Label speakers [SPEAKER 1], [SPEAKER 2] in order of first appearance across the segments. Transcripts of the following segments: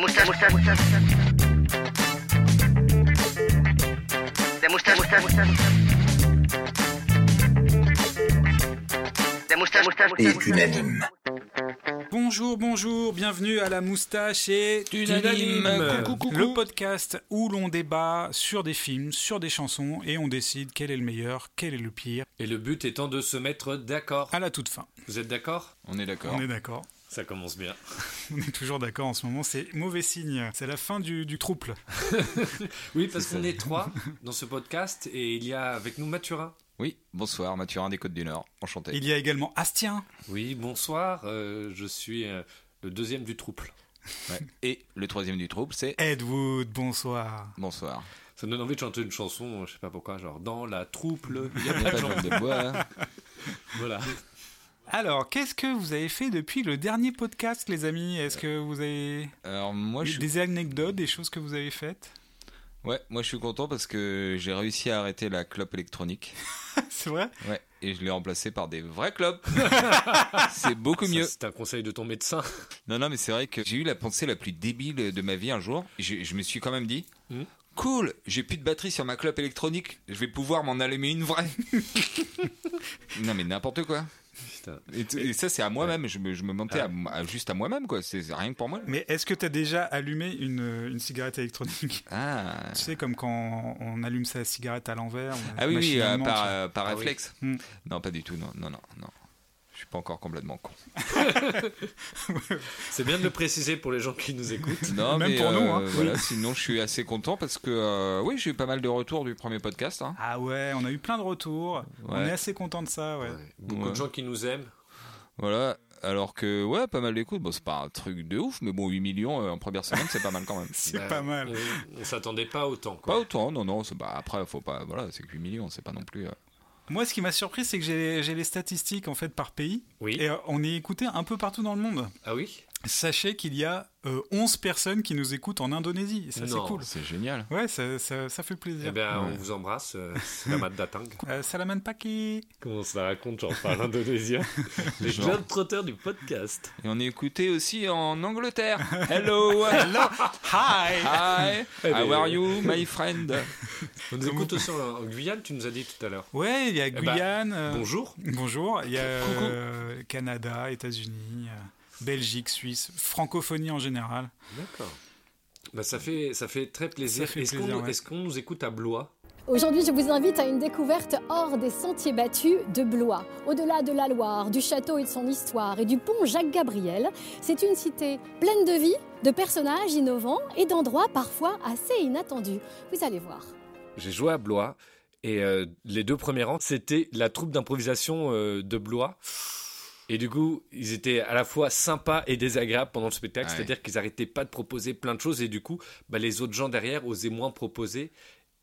[SPEAKER 1] moustaches, moustaches, moustaches. Des moustaches, moustaches, moustaches. Des moustaches, moustaches,
[SPEAKER 2] et
[SPEAKER 1] moustaches.
[SPEAKER 2] unanime.
[SPEAKER 3] Bonjour, bonjour, bienvenue à la moustache et
[SPEAKER 4] Unanime.
[SPEAKER 3] Unanime, Euh,
[SPEAKER 4] Coucou, coucou.
[SPEAKER 3] le podcast où l'on débat sur des films, sur des chansons et on décide quel est le meilleur, quel est le pire
[SPEAKER 4] Et le but étant de se mettre d'accord.
[SPEAKER 3] à la toute fin.
[SPEAKER 4] Vous êtes d'accord
[SPEAKER 5] On est d'accord.
[SPEAKER 3] On est d'accord,
[SPEAKER 4] Ça commence bien.
[SPEAKER 3] on est toujours d'accord en ce moment, c'est mauvais signe, c'est la fin du, du trouble.
[SPEAKER 4] Oui, parce qu'on est trois dans ce podcast et il y a avec nous Mathurin.
[SPEAKER 5] Oui, bonsoir, Mathurin des Côtes du Nord. Enchanté.
[SPEAKER 3] Il y a également Astien,
[SPEAKER 4] Oui, bonsoir. euh, je suis euh, le deuxième du trouble.
[SPEAKER 5] Ouais. Et le troisième du troupe, c'est
[SPEAKER 3] Ed Wood, bonsoir.
[SPEAKER 5] bonsoir.
[SPEAKER 4] Ça me donne envie de chanter une chanson, je sais pas pourquoi, genre dans la trouble. il y a
[SPEAKER 5] Il y a pas
[SPEAKER 4] plein de
[SPEAKER 5] de
[SPEAKER 4] gens.
[SPEAKER 5] langue de bois. hein.
[SPEAKER 4] Voilà.
[SPEAKER 3] Alors, qu'est-ce que vous avez fait depuis le dernier podcast, les amis Est-ce que vous avez
[SPEAKER 5] Alors moi, je suis...
[SPEAKER 3] des anecdotes, des choses que vous avez faites
[SPEAKER 5] ouais, moi je suis content parce que j'ai réussi à arrêter la clope électronique.
[SPEAKER 3] C'est vrai
[SPEAKER 5] Ouais, et je l'ai remplacée par des vraies clopes. c'est beaucoup
[SPEAKER 4] Ça,
[SPEAKER 5] mieux.
[SPEAKER 4] C'est un conseil de ton médecin.
[SPEAKER 5] Non, non, mais c'est vrai que j'ai eu la pensée la plus débile de ma vie un jour. Je, je me suis quand même dit.
[SPEAKER 4] Mhm.
[SPEAKER 5] Cool, j'ai plus de batterie sur ma clope électronique, je vais pouvoir m'en allumer une vraie. non mais n'importe quoi.
[SPEAKER 4] Putain.
[SPEAKER 5] Et, t- et ça c'est à moi-même, je me, je me mentais à m- à- juste à moi-même quoi, c'est c'est rien que pour moi.
[SPEAKER 3] Mais est-ce que tu as déjà allumé une, une cigarette électronique
[SPEAKER 5] Ah,
[SPEAKER 3] Tu sais, comme quand on allume sa cigarette à l'envers. on-
[SPEAKER 5] ah oui, oui euh,
[SPEAKER 3] machinalement,
[SPEAKER 5] par,
[SPEAKER 3] tu-
[SPEAKER 5] euh, par
[SPEAKER 4] Ah oui.
[SPEAKER 5] réflexe.
[SPEAKER 3] Hmm.
[SPEAKER 5] Non, pas du tout, non, non, non, non. Je suis pas encore complètement con.
[SPEAKER 4] C'est bien de le préciser pour les gens qui nous écoutent.
[SPEAKER 5] Non,
[SPEAKER 3] Même
[SPEAKER 5] mais, euh,
[SPEAKER 3] pour nous, hein.
[SPEAKER 5] voilà, sinon je suis assez content parce que euh, oui, j'ai eu pas mal de retours du premier podcast. hein.
[SPEAKER 3] Ah ouais, on a eu plein de retours. On
[SPEAKER 5] Ouais.
[SPEAKER 3] est assez content de ça, ouais.
[SPEAKER 4] Beaucoup
[SPEAKER 5] Ouais.
[SPEAKER 4] de gens qui nous aiment.
[SPEAKER 5] Voilà, alors que ouais, pas mal d'écoutes. Bon, c'est pas un truc de ouf, mais bon, 8 millions euh, en première semaine, c'est pas mal quand même.
[SPEAKER 3] C'est
[SPEAKER 4] Bah,
[SPEAKER 3] pas mal.
[SPEAKER 4] On, on s'attendait pas autant. Quoi.
[SPEAKER 5] Pas autant, non, non, c'est bah, après, faut pas, voilà, c'est que 8 millions, c'est pas non plus. euh.
[SPEAKER 3] Moi, ce qui m'a surpris, c'est que j'ai j'ai les statistiques en fait par pays.
[SPEAKER 4] Oui.
[SPEAKER 3] Et euh, on est écouté un peu partout dans le monde.
[SPEAKER 4] Ah oui
[SPEAKER 3] Sachez qu'il y a euh, 11 personnes qui nous écoutent en Indonésie. Et ça, c'est
[SPEAKER 4] Non.
[SPEAKER 3] cool.
[SPEAKER 5] C'est génial.
[SPEAKER 3] Ouais, ça, ça- ça fait
[SPEAKER 4] Eh
[SPEAKER 3] plaisir.
[SPEAKER 4] bien,
[SPEAKER 5] Ouais.
[SPEAKER 4] on vous embrasse. euh, C'est la mat datang.
[SPEAKER 3] Euh, Salaman Paki.
[SPEAKER 4] Comment ça raconte, genre par l'indonésien Les
[SPEAKER 5] Genre.
[SPEAKER 4] Globetrotters du podcast.
[SPEAKER 5] Et on est écouté aussi en Angleterre. Hello, hello, Ah.
[SPEAKER 3] Hi
[SPEAKER 5] hi,
[SPEAKER 4] Eh
[SPEAKER 5] how
[SPEAKER 4] ben,
[SPEAKER 5] are you, my friend?
[SPEAKER 4] On nous écoute aussi en, en Guyane, tu nous as dit tout à l'heure.
[SPEAKER 3] Ouais, il y a
[SPEAKER 5] Eh
[SPEAKER 4] bah,
[SPEAKER 5] ben,
[SPEAKER 3] Guyane. euh,
[SPEAKER 4] Bonjour.
[SPEAKER 3] Bonjour, il y a
[SPEAKER 4] Coucou.
[SPEAKER 3] euh, Canada, États-Unis, euh, Belgique, Suisse, francophonie en général.
[SPEAKER 4] D'accord. Bah, ça, fait, ça fait très plaisir.
[SPEAKER 3] Ça fait
[SPEAKER 4] Est-ce qu'on
[SPEAKER 3] plaisir,
[SPEAKER 4] nous-
[SPEAKER 3] ouais.
[SPEAKER 4] est-ce qu'on nous écoute à Blois
[SPEAKER 6] Aujourd'hui, je vous invite à une découverte hors des sentiers battus de Blois. Au-delà de la Loire, du château et de son histoire et du pont Jacques-Gabriel, c'est une cité pleine de vie, de personnages innovants et d'endroits parfois assez inattendus. Vous allez voir.
[SPEAKER 4] J'ai joué à Blois et euh, les deux premiers rangs, c'était la troupe d'improvisation euh, de Blois. Et du coup, ils étaient à la fois sympas et désagréables pendant le spectacle,
[SPEAKER 5] Ouais.
[SPEAKER 4] c'est-à-dire qu'ils arrêtaient pas de proposer plein de choses et du coup, bah, les autres gens derrière osaient moins proposer.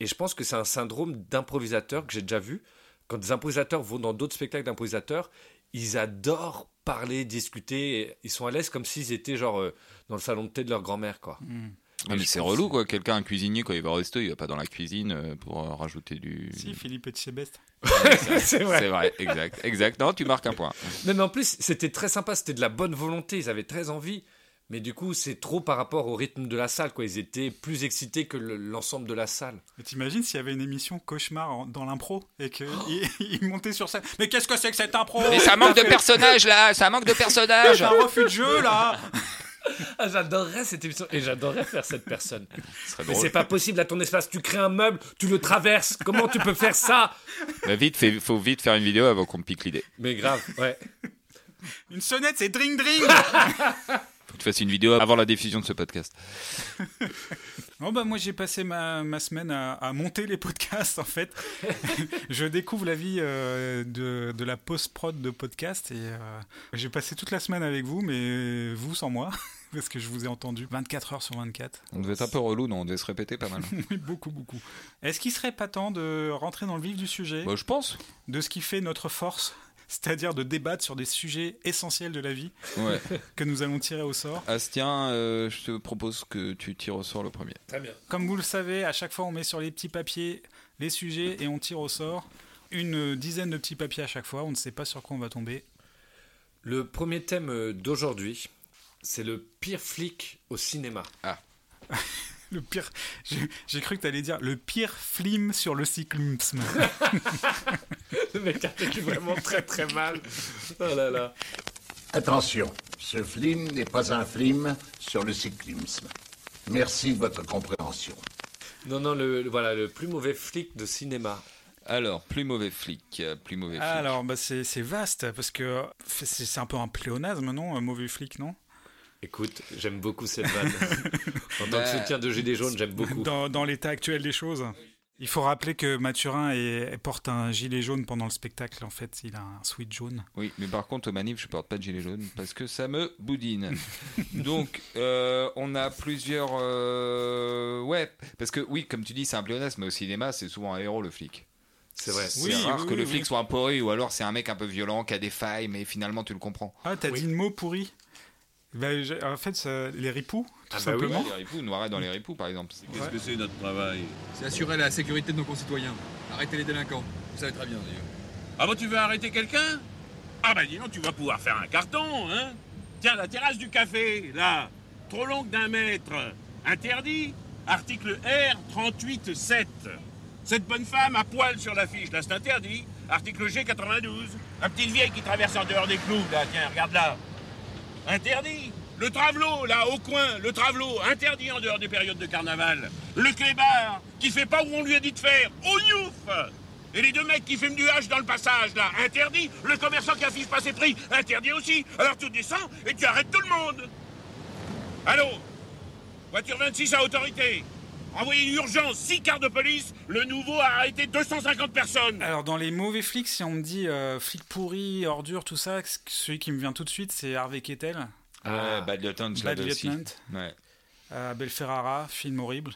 [SPEAKER 4] Et je pense que c'est un syndrome d'improvisateur que j'ai déjà vu. Quand des improvisateurs vont dans d'autres spectacles d'improvisateurs, ils adorent parler, discuter, et ils sont à l'aise comme s'ils étaient genre euh, dans le salon de thé de leur grand-mère quoi.
[SPEAKER 5] Ah, mais
[SPEAKER 4] Je
[SPEAKER 5] c'est
[SPEAKER 4] pense-
[SPEAKER 5] relou quoi, quelqu'un, un cuisinier, quand il va au resto, il va pas dans la cuisine euh, pour euh, rajouter du.
[SPEAKER 3] Si, Philippe Etchebest.
[SPEAKER 4] C'est vrai.
[SPEAKER 5] C'est vrai, exact, exact. Non, tu marques un point.
[SPEAKER 4] Non, mais en plus, c'était très sympa, c'était de la bonne volonté, ils avaient très envie. Mais du coup, c'est trop par rapport au rythme de la salle, quoi. Ils étaient plus excités que le- l'ensemble de la salle.
[SPEAKER 3] Mais t'imagines s'il y avait une émission cauchemar en- dans l'impro et qu'il il montait sur scène. Mais qu'est-ce que c'est que cette impro
[SPEAKER 5] Mais ça manque de personnages là, ça manque de personnages.
[SPEAKER 3] C'est un refus de jeu là
[SPEAKER 4] Ah, j'adorerais cette émission et j'adorerais faire cette personne.
[SPEAKER 5] Ce serait
[SPEAKER 4] Mais
[SPEAKER 5] drôle.
[SPEAKER 4] c'est pas possible, à ton espace, tu crées un meuble, tu le traverses, comment tu peux faire ça
[SPEAKER 5] Bah, vite, fais- faut vite faire une vidéo avant qu'on me pique l'idée.
[SPEAKER 4] Mais grave, ouais.
[SPEAKER 3] Une sonnette, c'est dring dring
[SPEAKER 5] Faut que tu fasses une vidéo avant la diffusion de ce podcast.
[SPEAKER 3] Oh bah moi j'ai passé ma, ma semaine à, à monter les podcasts en fait. je découvre la vie euh, de, de la post-prod de podcast et euh, j'ai passé toute la semaine avec vous, mais vous sans moi, parce que je vous ai entendu 24 heures sur 24.
[SPEAKER 5] On devait être un peu relou, non On devait se répéter pas mal.
[SPEAKER 3] Oui, beaucoup, beaucoup. Est-ce qu'il serait pas temps de rentrer dans le vif du sujet,
[SPEAKER 5] bah, je pense.
[SPEAKER 3] de ce qui fait notre force, c'est-à-dire de débattre sur des sujets essentiels de la vie
[SPEAKER 5] Ouais.
[SPEAKER 3] que nous allons tirer au sort
[SPEAKER 5] Astien, euh, je te propose que tu tires au sort le premier.
[SPEAKER 4] Très bien.
[SPEAKER 3] Comme vous le savez, à chaque fois, on met sur les petits papiers les sujets et on tire au sort une dizaine de petits papiers à chaque fois. On ne sait pas sur quoi on va tomber.
[SPEAKER 4] Le premier thème euh, d'aujourd'hui, C'est le pire flic au cinéma.
[SPEAKER 3] Le pire. j'ai- J'ai cru que t'allais dire le pire film sur le cyclisme.
[SPEAKER 4] Le mec a vécu vraiment très très mal. Oh là là.
[SPEAKER 2] Attention, ce film n'est pas un film sur le cyclisme. Merci de votre compréhension.
[SPEAKER 4] Non, non, le, le- voilà, le plus mauvais flic de cinéma.
[SPEAKER 5] Alors, plus mauvais flic, euh, plus mauvais flic.
[SPEAKER 3] Alors, bah, c'est c'est vaste parce que c'est- c'est un peu un pléonasme, non Un mauvais flic, non
[SPEAKER 4] Écoute, j'aime beaucoup cette vanne. en tant
[SPEAKER 5] Bah,
[SPEAKER 4] que soutien de Gilets jaunes, j'aime beaucoup.
[SPEAKER 3] dans, dans l'état actuel des choses. Il faut rappeler que Mathurin est- porte un gilet jaune pendant le spectacle. En fait, il a un sweat jaune.
[SPEAKER 5] Oui, mais par contre, au manif, je porte pas de gilet jaune parce que ça me boudine. Donc, euh, on a plusieurs. euh, Ouais, parce que oui, comme tu dis, c'est un pléonasme, mais au cinéma, c'est souvent un héros le flic.
[SPEAKER 4] C'est vrai.
[SPEAKER 5] C'est
[SPEAKER 3] Oui,
[SPEAKER 5] rare
[SPEAKER 3] oui,
[SPEAKER 5] que le
[SPEAKER 3] oui,
[SPEAKER 5] flic
[SPEAKER 3] oui.
[SPEAKER 5] soit un pourri ou alors c'est un mec un peu violent qui a des failles, mais finalement, tu le comprends.
[SPEAKER 3] Ah, t'as
[SPEAKER 4] Oui.
[SPEAKER 3] dit le mot pourri Bah, j'ai- En fait, ça- les ripoux, tout
[SPEAKER 4] Ah bah oui,
[SPEAKER 3] simplement.
[SPEAKER 5] Ouais, les ripoux, Noiret dans les ripoux, par exemple.
[SPEAKER 7] Qu'est-ce que c'est notre travail
[SPEAKER 8] C'est assurer la sécurité de nos concitoyens. Arrêtez les délinquants. Vous savez très bien d'ailleurs.
[SPEAKER 7] Ah bon, tu veux arrêter quelqu'un Ah bah dis donc, tu vas pouvoir faire un carton, hein Tiens, la terrasse du café, là, trop longue d'un mètre, interdit, article R 38.7. Cette bonne femme à poil sur l'affiche, là, c'est interdit, article G 92. Un petite vieille qui traverse en dehors des clous, là, tiens, regarde là. Interdit Le travelot, là, au coin, le travelot, interdit en dehors des périodes de carnaval. Le clébard, qui fait pas où on lui a dit de faire, au gnouf Et les deux mecs qui fument du hache dans le passage, là, interdit Le commerçant qui affiche pas ses prix, interdit aussi Alors tu descends et tu arrêtes tout le monde Allô Voiture 26 à autorité Envoyez urgence, 6 quarts de police, le nouveau a arrêté 250 personnes
[SPEAKER 3] Alors, dans les mauvais flics, si on me dit euh, flic pourri, ordure, tout ça, c- celui qui me vient tout de suite, c'est Harvey Kettel,
[SPEAKER 4] Ah,
[SPEAKER 5] Bad Lieutenant, je
[SPEAKER 3] Bad
[SPEAKER 5] l'avais aussi.
[SPEAKER 3] Lieutenant,
[SPEAKER 5] Ouais.
[SPEAKER 3] euh, Belferrara, film horrible.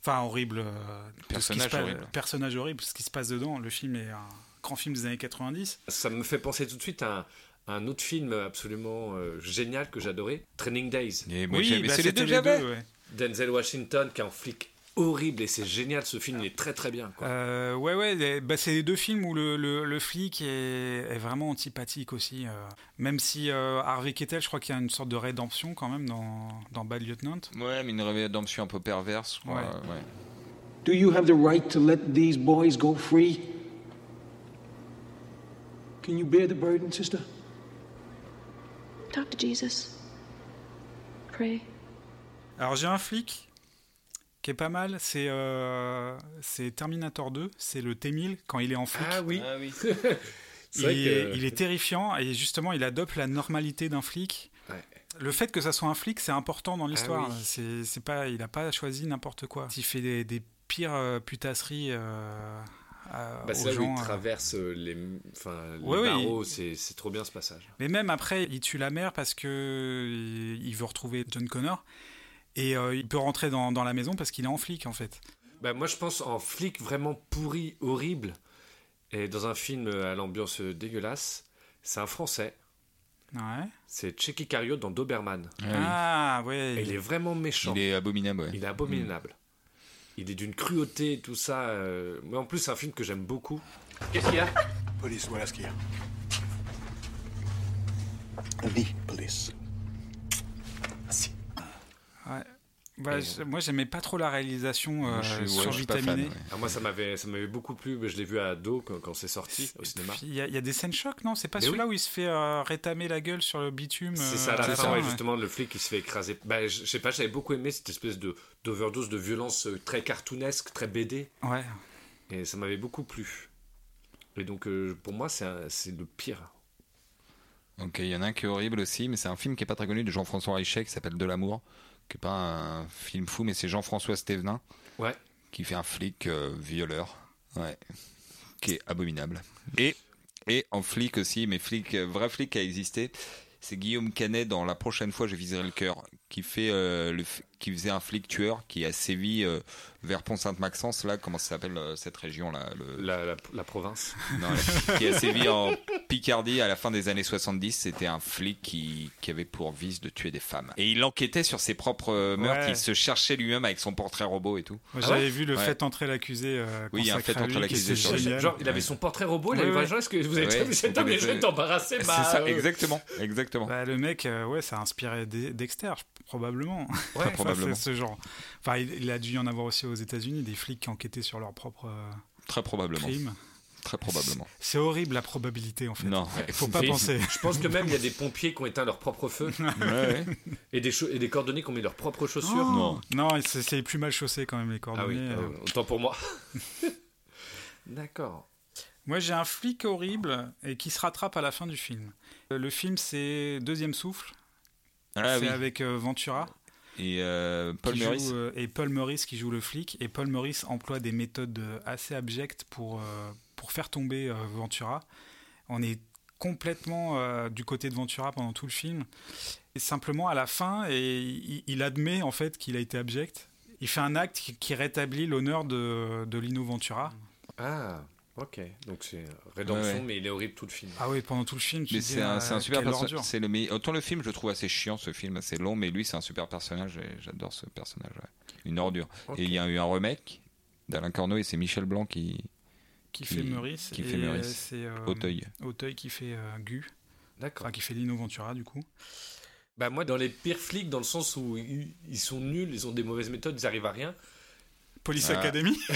[SPEAKER 3] Enfin, horrible. euh, tout ce qui
[SPEAKER 5] Personnage
[SPEAKER 3] se passe-
[SPEAKER 5] horrible.
[SPEAKER 3] Personnage horrible, ce qui se passe dedans. Le film est un grand film des années 90.
[SPEAKER 4] Ça me fait penser tout de suite à un, à un autre film absolument euh, génial que j'adorais, Training Days.
[SPEAKER 5] Et moi,
[SPEAKER 3] oui,
[SPEAKER 5] j'avais-
[SPEAKER 3] bah,
[SPEAKER 5] c'est les
[SPEAKER 3] c'était
[SPEAKER 5] deux que j'avais.
[SPEAKER 3] ouais.
[SPEAKER 4] Denzel Washington qui est un flic horrible et c'est génial ce film, il est très très bien. quoi.
[SPEAKER 3] Euh, ouais, ouais, les- bah, c'est les deux films où le, le- le flic est, est vraiment antipathique aussi. euh. Même si euh, Harvey Kettel, je crois qu'il y a une sorte de rédemption quand même dans, dans Bad Lieutenant.
[SPEAKER 5] Ouais, mais une rédemption un peu perverse. je crois,
[SPEAKER 3] Ouais.
[SPEAKER 5] ouais.
[SPEAKER 9] Do you have the right to let these boys go free? Can you bear the burden, sister?
[SPEAKER 10] Talk to Jesus. Pray.
[SPEAKER 3] Alors j'ai un flic qui est pas mal, c'est euh, c'est Terminator 2, c'est le T-1000 quand il est en flic.
[SPEAKER 4] Ah oui,
[SPEAKER 3] il,
[SPEAKER 4] c'est vrai
[SPEAKER 3] est,
[SPEAKER 4] que-
[SPEAKER 3] il est terrifiant et justement il adopte la normalité d'un flic.
[SPEAKER 4] Ouais. Ah
[SPEAKER 3] Le fait que ça soit un flic, c'est important dans l'histoire.
[SPEAKER 4] oui.
[SPEAKER 3] C'est- c'est pas, il n'a pas choisi n'importe quoi. Il fait des, des pires euh, putasseries euh, à-
[SPEAKER 4] Bah,
[SPEAKER 3] aux
[SPEAKER 4] c'est là où
[SPEAKER 3] gens.
[SPEAKER 4] il
[SPEAKER 3] euh.
[SPEAKER 4] traverse euh, les, enfin, les
[SPEAKER 3] Ouais, ouais,
[SPEAKER 4] barreaux, c'est- c'est trop bien ce passage.
[SPEAKER 3] Mais même après, il tue la mère parce que il il veut retrouver John Connor. Et euh, il peut rentrer dans, dans la maison parce qu'il est en flic en fait.
[SPEAKER 4] Bah, moi, je pense en flic vraiment pourri, horrible, et dans un film à l'ambiance dégueulasse. C'est un français,
[SPEAKER 3] Ouais.
[SPEAKER 4] c'est Che Cario dans Doberman.
[SPEAKER 5] Ah
[SPEAKER 3] Ah ouais.
[SPEAKER 4] Et il est vraiment
[SPEAKER 5] oui.
[SPEAKER 4] méchant,
[SPEAKER 5] Il est abominable, ouais.
[SPEAKER 4] il est abominable. Il est d'une cruauté, tout ça. euh, Mais en plus, c'est un film que j'aime beaucoup.
[SPEAKER 7] Qu'est-ce qu'il y a
[SPEAKER 2] Police, voilà ce qu'il y a. police.
[SPEAKER 3] Voilà,
[SPEAKER 4] Et-
[SPEAKER 3] Bah, je- moi j'aimais pas trop la réalisation euh,
[SPEAKER 5] Je suis- ouais, je suis pas fan,
[SPEAKER 3] survitaminée.
[SPEAKER 5] ouais.
[SPEAKER 4] Ah, moi, ça m'avait ça m'avait beaucoup plu, mais je l'ai vu à dos quand, quand c'est sorti au cinéma.
[SPEAKER 3] Il y, a, il y a des scènes chocs, non C'est pas
[SPEAKER 4] Mais
[SPEAKER 3] celui-là où il se fait euh, rétamer la gueule sur le bitume
[SPEAKER 4] C'est
[SPEAKER 3] euh,
[SPEAKER 4] ça la
[SPEAKER 3] à
[SPEAKER 4] fin, ouais,
[SPEAKER 3] ouais.
[SPEAKER 4] justement, le flic qui se fait écraser. Bah, je je sais pas, j'avais beaucoup aimé cette espèce de d'overdose de violence euh, très cartoonesque, très BD.
[SPEAKER 3] Ouais.
[SPEAKER 4] Et ça m'avait beaucoup plu. Et donc, euh, pour moi, c'est un- c'est le pire.
[SPEAKER 5] Ok, il y en a un qui est horrible aussi, mais c'est un film qui est pas très connu de Jean-François Richet qui s'appelle De l'amour, qui est pas un film fou, mais c'est Jean-François Stévenin
[SPEAKER 4] Ouais.
[SPEAKER 5] qui fait un flic euh, violeur, ouais, qui est abominable. Et et en flic aussi, mais flic euh, vrai flic qui a existé, c'est Guillaume Canet dans La prochaine fois je viserai le cœur, qui fait euh, le f- qui faisait un flic tueur qui a sévi euh, vers Pont-Sainte-Maxence, là, comment ça s'appelle euh, cette région-là le-
[SPEAKER 4] La, la- la province.
[SPEAKER 5] Non, la- Qui a sévi en Picardie à la fin des années 70. C'était un flic qui, qui avait pour vice de tuer des femmes. Et il enquêtait sur ses propres euh, meurtres,
[SPEAKER 3] Ouais.
[SPEAKER 5] il se cherchait lui-même avec son portrait robot et tout.
[SPEAKER 3] Moi,
[SPEAKER 4] Ah
[SPEAKER 3] J'avais
[SPEAKER 4] ouais
[SPEAKER 3] vu le
[SPEAKER 5] Ouais.
[SPEAKER 3] fait entrer l'accusé. euh,
[SPEAKER 5] Oui, il y a un fait
[SPEAKER 3] consacré à
[SPEAKER 5] entrer
[SPEAKER 3] lui, qui
[SPEAKER 5] l'accusé
[SPEAKER 3] était
[SPEAKER 5] sur-
[SPEAKER 3] génial.
[SPEAKER 4] Genre, il avait son portrait robot, là,
[SPEAKER 3] Ouais,
[SPEAKER 4] il va
[SPEAKER 3] ouais.
[SPEAKER 4] genre, est-ce que vous avez
[SPEAKER 5] Ouais,
[SPEAKER 4] déjà vu cet homme et je vais t'embarrasser
[SPEAKER 5] C'est
[SPEAKER 4] bah,
[SPEAKER 5] ça,
[SPEAKER 4] euh,
[SPEAKER 5] exactement, exactement.
[SPEAKER 3] Bah, le mec, euh, ouais, ça a inspiré De- Dexter, je- probablement.
[SPEAKER 5] Très
[SPEAKER 3] Enfin,
[SPEAKER 5] probablement,
[SPEAKER 3] c'est ce genre. Enfin, il, il a dû y en avoir aussi aux États-Unis, des flics qui enquêtaient sur leurs propres euh,
[SPEAKER 5] très probablement,
[SPEAKER 3] crimes.
[SPEAKER 5] très probablement.
[SPEAKER 3] C'est horrible la probabilité en fait.
[SPEAKER 5] Non,
[SPEAKER 3] Il faut pas
[SPEAKER 4] Mais
[SPEAKER 3] penser.
[SPEAKER 4] Je pense que même il y a des pompiers qui ont éteint leur propre feu
[SPEAKER 5] Ouais, ouais.
[SPEAKER 4] et des, cho- et des cordonniers qui ont mis leurs propres chaussures.
[SPEAKER 3] Oh,
[SPEAKER 5] non.
[SPEAKER 3] Non, c'est- c'est les plus mal chaussés quand même, les
[SPEAKER 4] Ah oui,
[SPEAKER 3] coordonnées.
[SPEAKER 4] euh, autant pour moi. D'accord.
[SPEAKER 3] Moi, j'ai un flic horrible et qui se rattrape à la fin du film. Euh, Le film, c'est Deuxième Souffle.
[SPEAKER 5] Ah
[SPEAKER 3] c'est
[SPEAKER 5] oui.
[SPEAKER 3] avec euh, Ventura
[SPEAKER 5] Et euh, Paul
[SPEAKER 3] qui joue,
[SPEAKER 5] Meurice.
[SPEAKER 3] euh, et Paul Meurice qui joue le flic. Et Paul Meurice emploie des méthodes euh, assez abjectes pour, euh, pour faire tomber euh, Ventura. On est complètement euh, du côté de Ventura pendant tout le film. Et simplement à la fin, et il, il admet en fait qu'il a été abject. Il fait un acte qui, qui rétablit l'honneur de, de Lino Ventura.
[SPEAKER 5] Mm.
[SPEAKER 4] Ah, ok. Donc c'est rédemption,
[SPEAKER 5] Ouais, ouais.
[SPEAKER 4] mais il est horrible tout le film.
[SPEAKER 3] Ah oui, pendant tout le film, tu
[SPEAKER 5] Mais
[SPEAKER 3] te dis,
[SPEAKER 5] c'est un,
[SPEAKER 3] euh,
[SPEAKER 5] c'est un super
[SPEAKER 3] quelle
[SPEAKER 5] personnage.
[SPEAKER 3] ordure.
[SPEAKER 5] C'est le meilleur- Autant le film, je le trouve assez chiant, ce film assez long, mais lui, c'est un super personnage. et J'adore ce personnage. ouais. Une ordure.
[SPEAKER 4] Ok.
[SPEAKER 5] Et il y a eu un remake d'Alain Corneau et c'est Michel Blanc qui.
[SPEAKER 3] qui fait
[SPEAKER 5] qui-
[SPEAKER 3] Meurice.
[SPEAKER 5] qui
[SPEAKER 3] et,
[SPEAKER 5] fait Meurice.
[SPEAKER 3] euh, C'est euh,
[SPEAKER 5] Auteuil.
[SPEAKER 3] Auteuil qui fait euh, Gu,
[SPEAKER 4] D'accord.
[SPEAKER 3] enfin qui fait Lino Ventura du coup.
[SPEAKER 4] Bah moi, dans les pires flics, dans le sens où ils ils sont nuls, ils ont des mauvaises méthodes, ils arrivent à rien.
[SPEAKER 3] Police
[SPEAKER 5] Ah.
[SPEAKER 3] Academy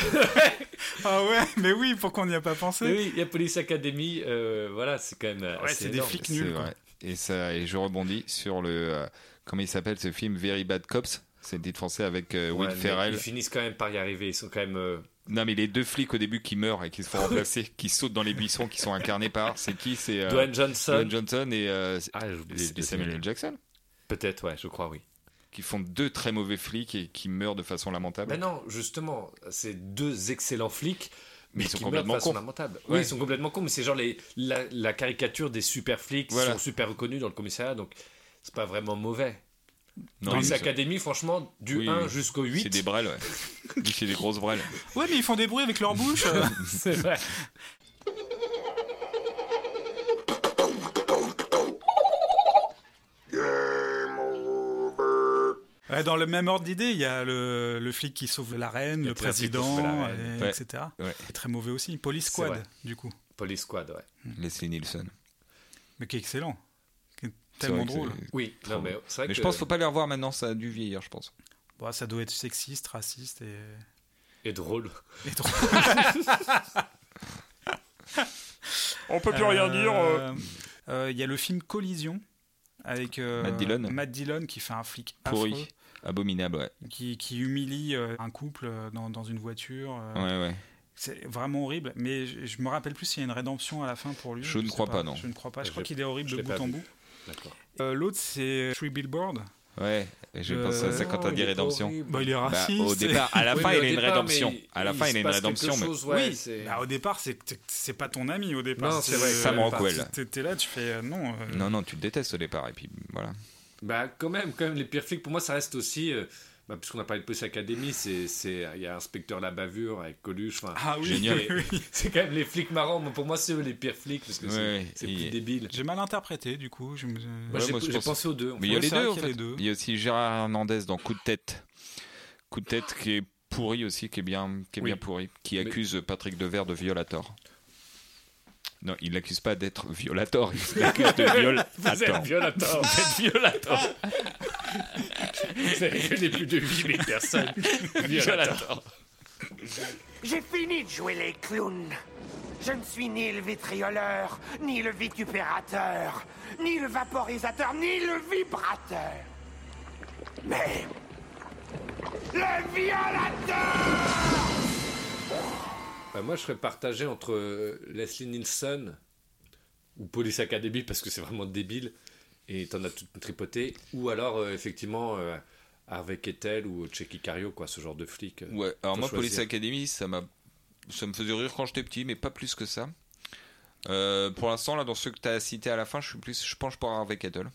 [SPEAKER 3] Ah ouais, mais oui, pourquoi on n'y a pas
[SPEAKER 4] Mais
[SPEAKER 3] pensé
[SPEAKER 4] oui, il y a Police Academy, euh, voilà, c'est quand même.
[SPEAKER 3] Ouais,
[SPEAKER 4] assez
[SPEAKER 3] c'est des
[SPEAKER 4] énorme.
[SPEAKER 3] flics
[SPEAKER 5] C'est
[SPEAKER 3] nuls. quoi.
[SPEAKER 5] vrai. Et, ça, et je rebondis sur le. euh, comment il s'appelle ce film Very Bad Cops c'est le titre français avec euh,
[SPEAKER 4] Ouais,
[SPEAKER 5] Will
[SPEAKER 4] mais
[SPEAKER 5] Ferrell.
[SPEAKER 4] Ils finissent quand même par y arriver. Ils sont quand même. euh,
[SPEAKER 5] Non, mais les deux flics au début qui meurent et qui se font remplacer, qui sautent dans les buissons, qui sont incarnés par. C'est qui C'est euh,
[SPEAKER 4] Dwayne Johnson.
[SPEAKER 5] Dwayne Johnson et euh, c'est-
[SPEAKER 4] Ah, j'ai oublié
[SPEAKER 5] et
[SPEAKER 4] ce
[SPEAKER 5] Samuel
[SPEAKER 4] nom.
[SPEAKER 5] L. Jackson,
[SPEAKER 4] Peut-être, ouais, je crois, oui.
[SPEAKER 5] qui font deux très mauvais flics et qui meurent de façon lamentable.
[SPEAKER 4] Ben non, justement, c'est deux excellents flics.
[SPEAKER 5] Mais ils
[SPEAKER 4] qui
[SPEAKER 5] sont
[SPEAKER 4] meurent de
[SPEAKER 5] complètement
[SPEAKER 4] façon
[SPEAKER 5] cons.
[SPEAKER 4] lamentable.
[SPEAKER 5] Ouais.
[SPEAKER 4] Oui, ils sont complètement cons, mais c'est genre les, la, la caricature des super flics
[SPEAKER 5] Voilà.
[SPEAKER 4] qui sont super reconnus dans le commissariat, donc c'est pas vraiment mauvais.
[SPEAKER 5] Non,
[SPEAKER 4] Police
[SPEAKER 5] ils-
[SPEAKER 4] Academy, franchement, du
[SPEAKER 5] Oui,
[SPEAKER 4] 1
[SPEAKER 5] oui.
[SPEAKER 4] jusqu'au
[SPEAKER 5] C'est
[SPEAKER 4] 8.
[SPEAKER 5] des brels, ouais. Oui, c'est des grosses brels.
[SPEAKER 3] Ouais, mais ils font des bruits avec leur bouche.
[SPEAKER 4] C'est vrai.
[SPEAKER 3] Ouais, dans le même ordre d'idée, il y a le, le flic qui sauve la reine, le,
[SPEAKER 4] le flic qui
[SPEAKER 3] président,
[SPEAKER 4] sauve la reine.
[SPEAKER 3] et-
[SPEAKER 5] Ouais.
[SPEAKER 3] etc.
[SPEAKER 5] Ouais.
[SPEAKER 3] C'est très mauvais aussi. Police
[SPEAKER 4] C'est
[SPEAKER 3] Squad,
[SPEAKER 4] vrai.
[SPEAKER 3] du coup,
[SPEAKER 4] Police Squad, ouais.
[SPEAKER 5] Leslie Nielsen.
[SPEAKER 3] mais qui est excellent. Qui est
[SPEAKER 5] C'est
[SPEAKER 3] tellement
[SPEAKER 5] vrai que
[SPEAKER 3] drôle.
[SPEAKER 5] c'est-
[SPEAKER 4] Oui, non, mais c'est vrai
[SPEAKER 5] Mais
[SPEAKER 4] que
[SPEAKER 5] je pense qu'il faut pas les revoir maintenant, ça a dû vieillir, je pense.
[SPEAKER 3] Bon, Bah, ça doit être sexiste, raciste et,
[SPEAKER 4] est drôle.
[SPEAKER 3] et drôle.
[SPEAKER 5] On peut
[SPEAKER 3] Euh, euh, Il y a le film Collision avec euh,
[SPEAKER 5] Matt Dillon.
[SPEAKER 3] Matt Dillon qui fait un flic
[SPEAKER 5] Pourri.
[SPEAKER 3] affreux,
[SPEAKER 5] Abominable, ouais.
[SPEAKER 3] qui, qui humilie euh, un couple euh, dans, dans une voiture. euh,
[SPEAKER 5] Ouais, ouais.
[SPEAKER 3] C'est vraiment horrible, mais je, je me rappelle plus s'il y a une rédemption à la fin pour lui.
[SPEAKER 5] Je ne
[SPEAKER 3] sais
[SPEAKER 5] crois pas, non.
[SPEAKER 3] Je ne crois pas, je
[SPEAKER 4] Je
[SPEAKER 3] crois
[SPEAKER 4] l'ai-
[SPEAKER 3] qu'il est horrible
[SPEAKER 4] je
[SPEAKER 3] de
[SPEAKER 4] l'ai pas
[SPEAKER 3] bout en
[SPEAKER 4] vu.
[SPEAKER 3] bout.
[SPEAKER 4] D'accord.
[SPEAKER 3] Euh, L'autre, c'est Three Billboard.
[SPEAKER 5] Ouais, et je
[SPEAKER 3] Euh,
[SPEAKER 5] pense à ça quand t'as
[SPEAKER 4] Non,
[SPEAKER 5] dit
[SPEAKER 4] il est
[SPEAKER 5] rédemption.
[SPEAKER 4] horrible.
[SPEAKER 3] il est
[SPEAKER 5] Bah,
[SPEAKER 3] raciste.
[SPEAKER 5] au départ, à la
[SPEAKER 4] Oui,
[SPEAKER 5] fin,
[SPEAKER 4] mais
[SPEAKER 5] il
[SPEAKER 4] au
[SPEAKER 5] a une
[SPEAKER 4] départ,
[SPEAKER 5] rédemption.
[SPEAKER 4] mais
[SPEAKER 5] À la fin,
[SPEAKER 4] se
[SPEAKER 5] il a une
[SPEAKER 4] passe
[SPEAKER 5] rédemption,
[SPEAKER 4] quelque
[SPEAKER 5] mais
[SPEAKER 4] chose, ouais,
[SPEAKER 3] oui,
[SPEAKER 4] c'est-
[SPEAKER 3] bah, au départ, c'est c'est- c'est pas ton ami au
[SPEAKER 5] Bah,
[SPEAKER 3] départ.
[SPEAKER 4] Non, c'est vrai,
[SPEAKER 3] euh,
[SPEAKER 5] Sam
[SPEAKER 4] euh,
[SPEAKER 5] Rockwell.
[SPEAKER 3] T'es t'es là, tu fais euh, non. euh,
[SPEAKER 5] Non, non, tu le détestes au départ, et puis voilà.
[SPEAKER 4] Bah quand même, quand même, les pires flics, pour moi, ça reste aussi, euh, bah, puisqu'on a parlé de Police Academy, c'est, c'est, il y a Inspecteur la bavure avec Coluche, enfin,
[SPEAKER 3] Ah oui,
[SPEAKER 5] Génial.
[SPEAKER 3] oui, oui.
[SPEAKER 4] c'est quand même les flics marrants, mais pour moi, c'est eux les pires flics, parce que c'est,
[SPEAKER 5] Ouais,
[SPEAKER 4] c'est
[SPEAKER 5] et-
[SPEAKER 4] plus débile.
[SPEAKER 3] J'ai mal interprété, du coup. Je me... euh,
[SPEAKER 4] Moi,
[SPEAKER 5] Ouais,
[SPEAKER 4] j'ai,
[SPEAKER 5] moi, je
[SPEAKER 4] j'ai
[SPEAKER 5] pense-
[SPEAKER 4] pensé aux deux. en
[SPEAKER 5] Mais il y a
[SPEAKER 3] Ouais,
[SPEAKER 5] les
[SPEAKER 3] c'est vrai
[SPEAKER 5] deux, en
[SPEAKER 3] qu'il y a
[SPEAKER 5] fait.
[SPEAKER 3] les deux.
[SPEAKER 5] Il y a aussi Gérard Hernandez dans Coup de tête. Coup de tête qui est pourri aussi, qui est bien, qui est
[SPEAKER 4] Oui.
[SPEAKER 5] bien pourri, qui
[SPEAKER 4] Mais-
[SPEAKER 5] accuse Patrick Devers de violator. Non, il l'accuse pas d'être violator, il l'accuse de
[SPEAKER 4] Vous
[SPEAKER 5] violator.
[SPEAKER 4] êtes violateur. Vous êtes violateur. Vous avez violé plus de 8000 personnes. Violateur.
[SPEAKER 1] J'ai fini de jouer les clowns. Je ne suis ni le vitrioleur, ni le vitupérateur, ni le vaporisateur, ni le vibrateur. Mais. Le violateur
[SPEAKER 4] Bah, moi, je serais partagé entre euh, Leslie Nielsen ou Police Academy parce que c'est vraiment débile et t'en as tout tripoté, ou alors euh, effectivement euh, Harvey Kettel ou Checky Cario, quoi, ce genre de flic. euh.
[SPEAKER 5] Ouais, alors
[SPEAKER 4] Faut
[SPEAKER 5] moi,
[SPEAKER 4] choisir.
[SPEAKER 5] Police Academy, ça m'a, ça me faisait rire quand j'étais petit, mais pas plus que ça. Euh, pour l'instant, là, dans ceux que tu as cités à la fin, je suis plus, je penche pour Harvey Kettle.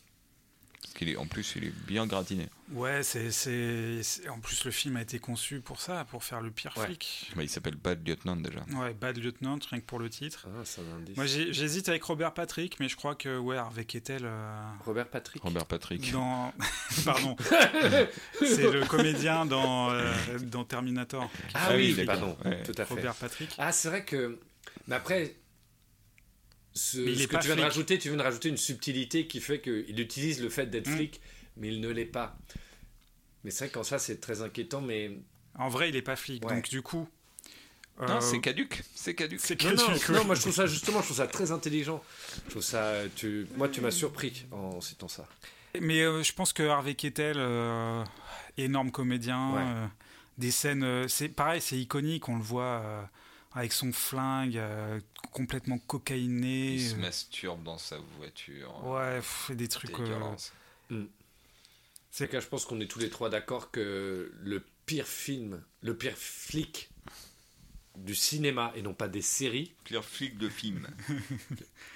[SPEAKER 5] Parce qu'il est, en plus, il est bien gratiné.
[SPEAKER 3] Ouais, c'est, c'est, c'est- En plus, le film a été conçu pour ça, pour faire le pire
[SPEAKER 4] Ouais.
[SPEAKER 3] flic.
[SPEAKER 5] Bah, il s'appelle Bad Lieutenant déjà.
[SPEAKER 3] Ouais, Bad Lieutenant, rien que pour le titre.
[SPEAKER 4] Ah, c'est un indice.
[SPEAKER 3] Moi, j'ai- j'hésite avec Robert Patrick, mais je crois que, ouais, Harvey Kettel. euh,
[SPEAKER 4] Robert Patrick.
[SPEAKER 5] Robert Patrick.
[SPEAKER 3] Dans... Pardon. c'est le comédien dans, euh, dans Terminator,
[SPEAKER 4] Ah,
[SPEAKER 5] Ah oui,
[SPEAKER 4] oui,
[SPEAKER 5] d'accord.
[SPEAKER 4] pardon,
[SPEAKER 5] Ouais.
[SPEAKER 4] tout à fait.
[SPEAKER 3] Robert Patrick.
[SPEAKER 4] Ah, c'est vrai que. Mais après. Ce,
[SPEAKER 3] Mais il
[SPEAKER 4] ce
[SPEAKER 3] est
[SPEAKER 4] que
[SPEAKER 3] pas
[SPEAKER 4] tu viens de
[SPEAKER 3] flic.
[SPEAKER 4] rajouter, tu viens de rajouter une subtilité qui fait qu'il utilise le fait d'être
[SPEAKER 3] Mm.
[SPEAKER 4] flic, mais il ne l'est pas. Mais c'est vrai qu'en ça, c'est très inquiétant, mais.
[SPEAKER 3] En vrai, il est pas flic,
[SPEAKER 4] Ouais.
[SPEAKER 3] donc du coup. euh,
[SPEAKER 5] Non, c'est caduc. C'est caduc.
[SPEAKER 3] c'est
[SPEAKER 4] Non,
[SPEAKER 3] que
[SPEAKER 4] non,
[SPEAKER 3] du coup-
[SPEAKER 4] non, moi je trouve ça justement, je trouve ça très intelligent. Je trouve ça, euh, tu, moi tu m'as surpris en citant ça.
[SPEAKER 3] Mais euh, je pense que Harvey Keitel, euh, énorme comédien,
[SPEAKER 4] Ouais.
[SPEAKER 3] euh, des scènes, euh, c'est pareil, c'est iconique, on le voit euh, avec son flingue euh, complètement cocaïné.
[SPEAKER 5] Il se
[SPEAKER 3] euh,
[SPEAKER 5] masturbe dans sa voiture.
[SPEAKER 3] ouais, pff, des trucs. euh,
[SPEAKER 5] Dégueulasse.
[SPEAKER 4] C'est cas, je pense qu'on est tous les trois d'accord que le pire film, le pire flic du cinéma et non pas des séries,
[SPEAKER 5] Clear flic de film.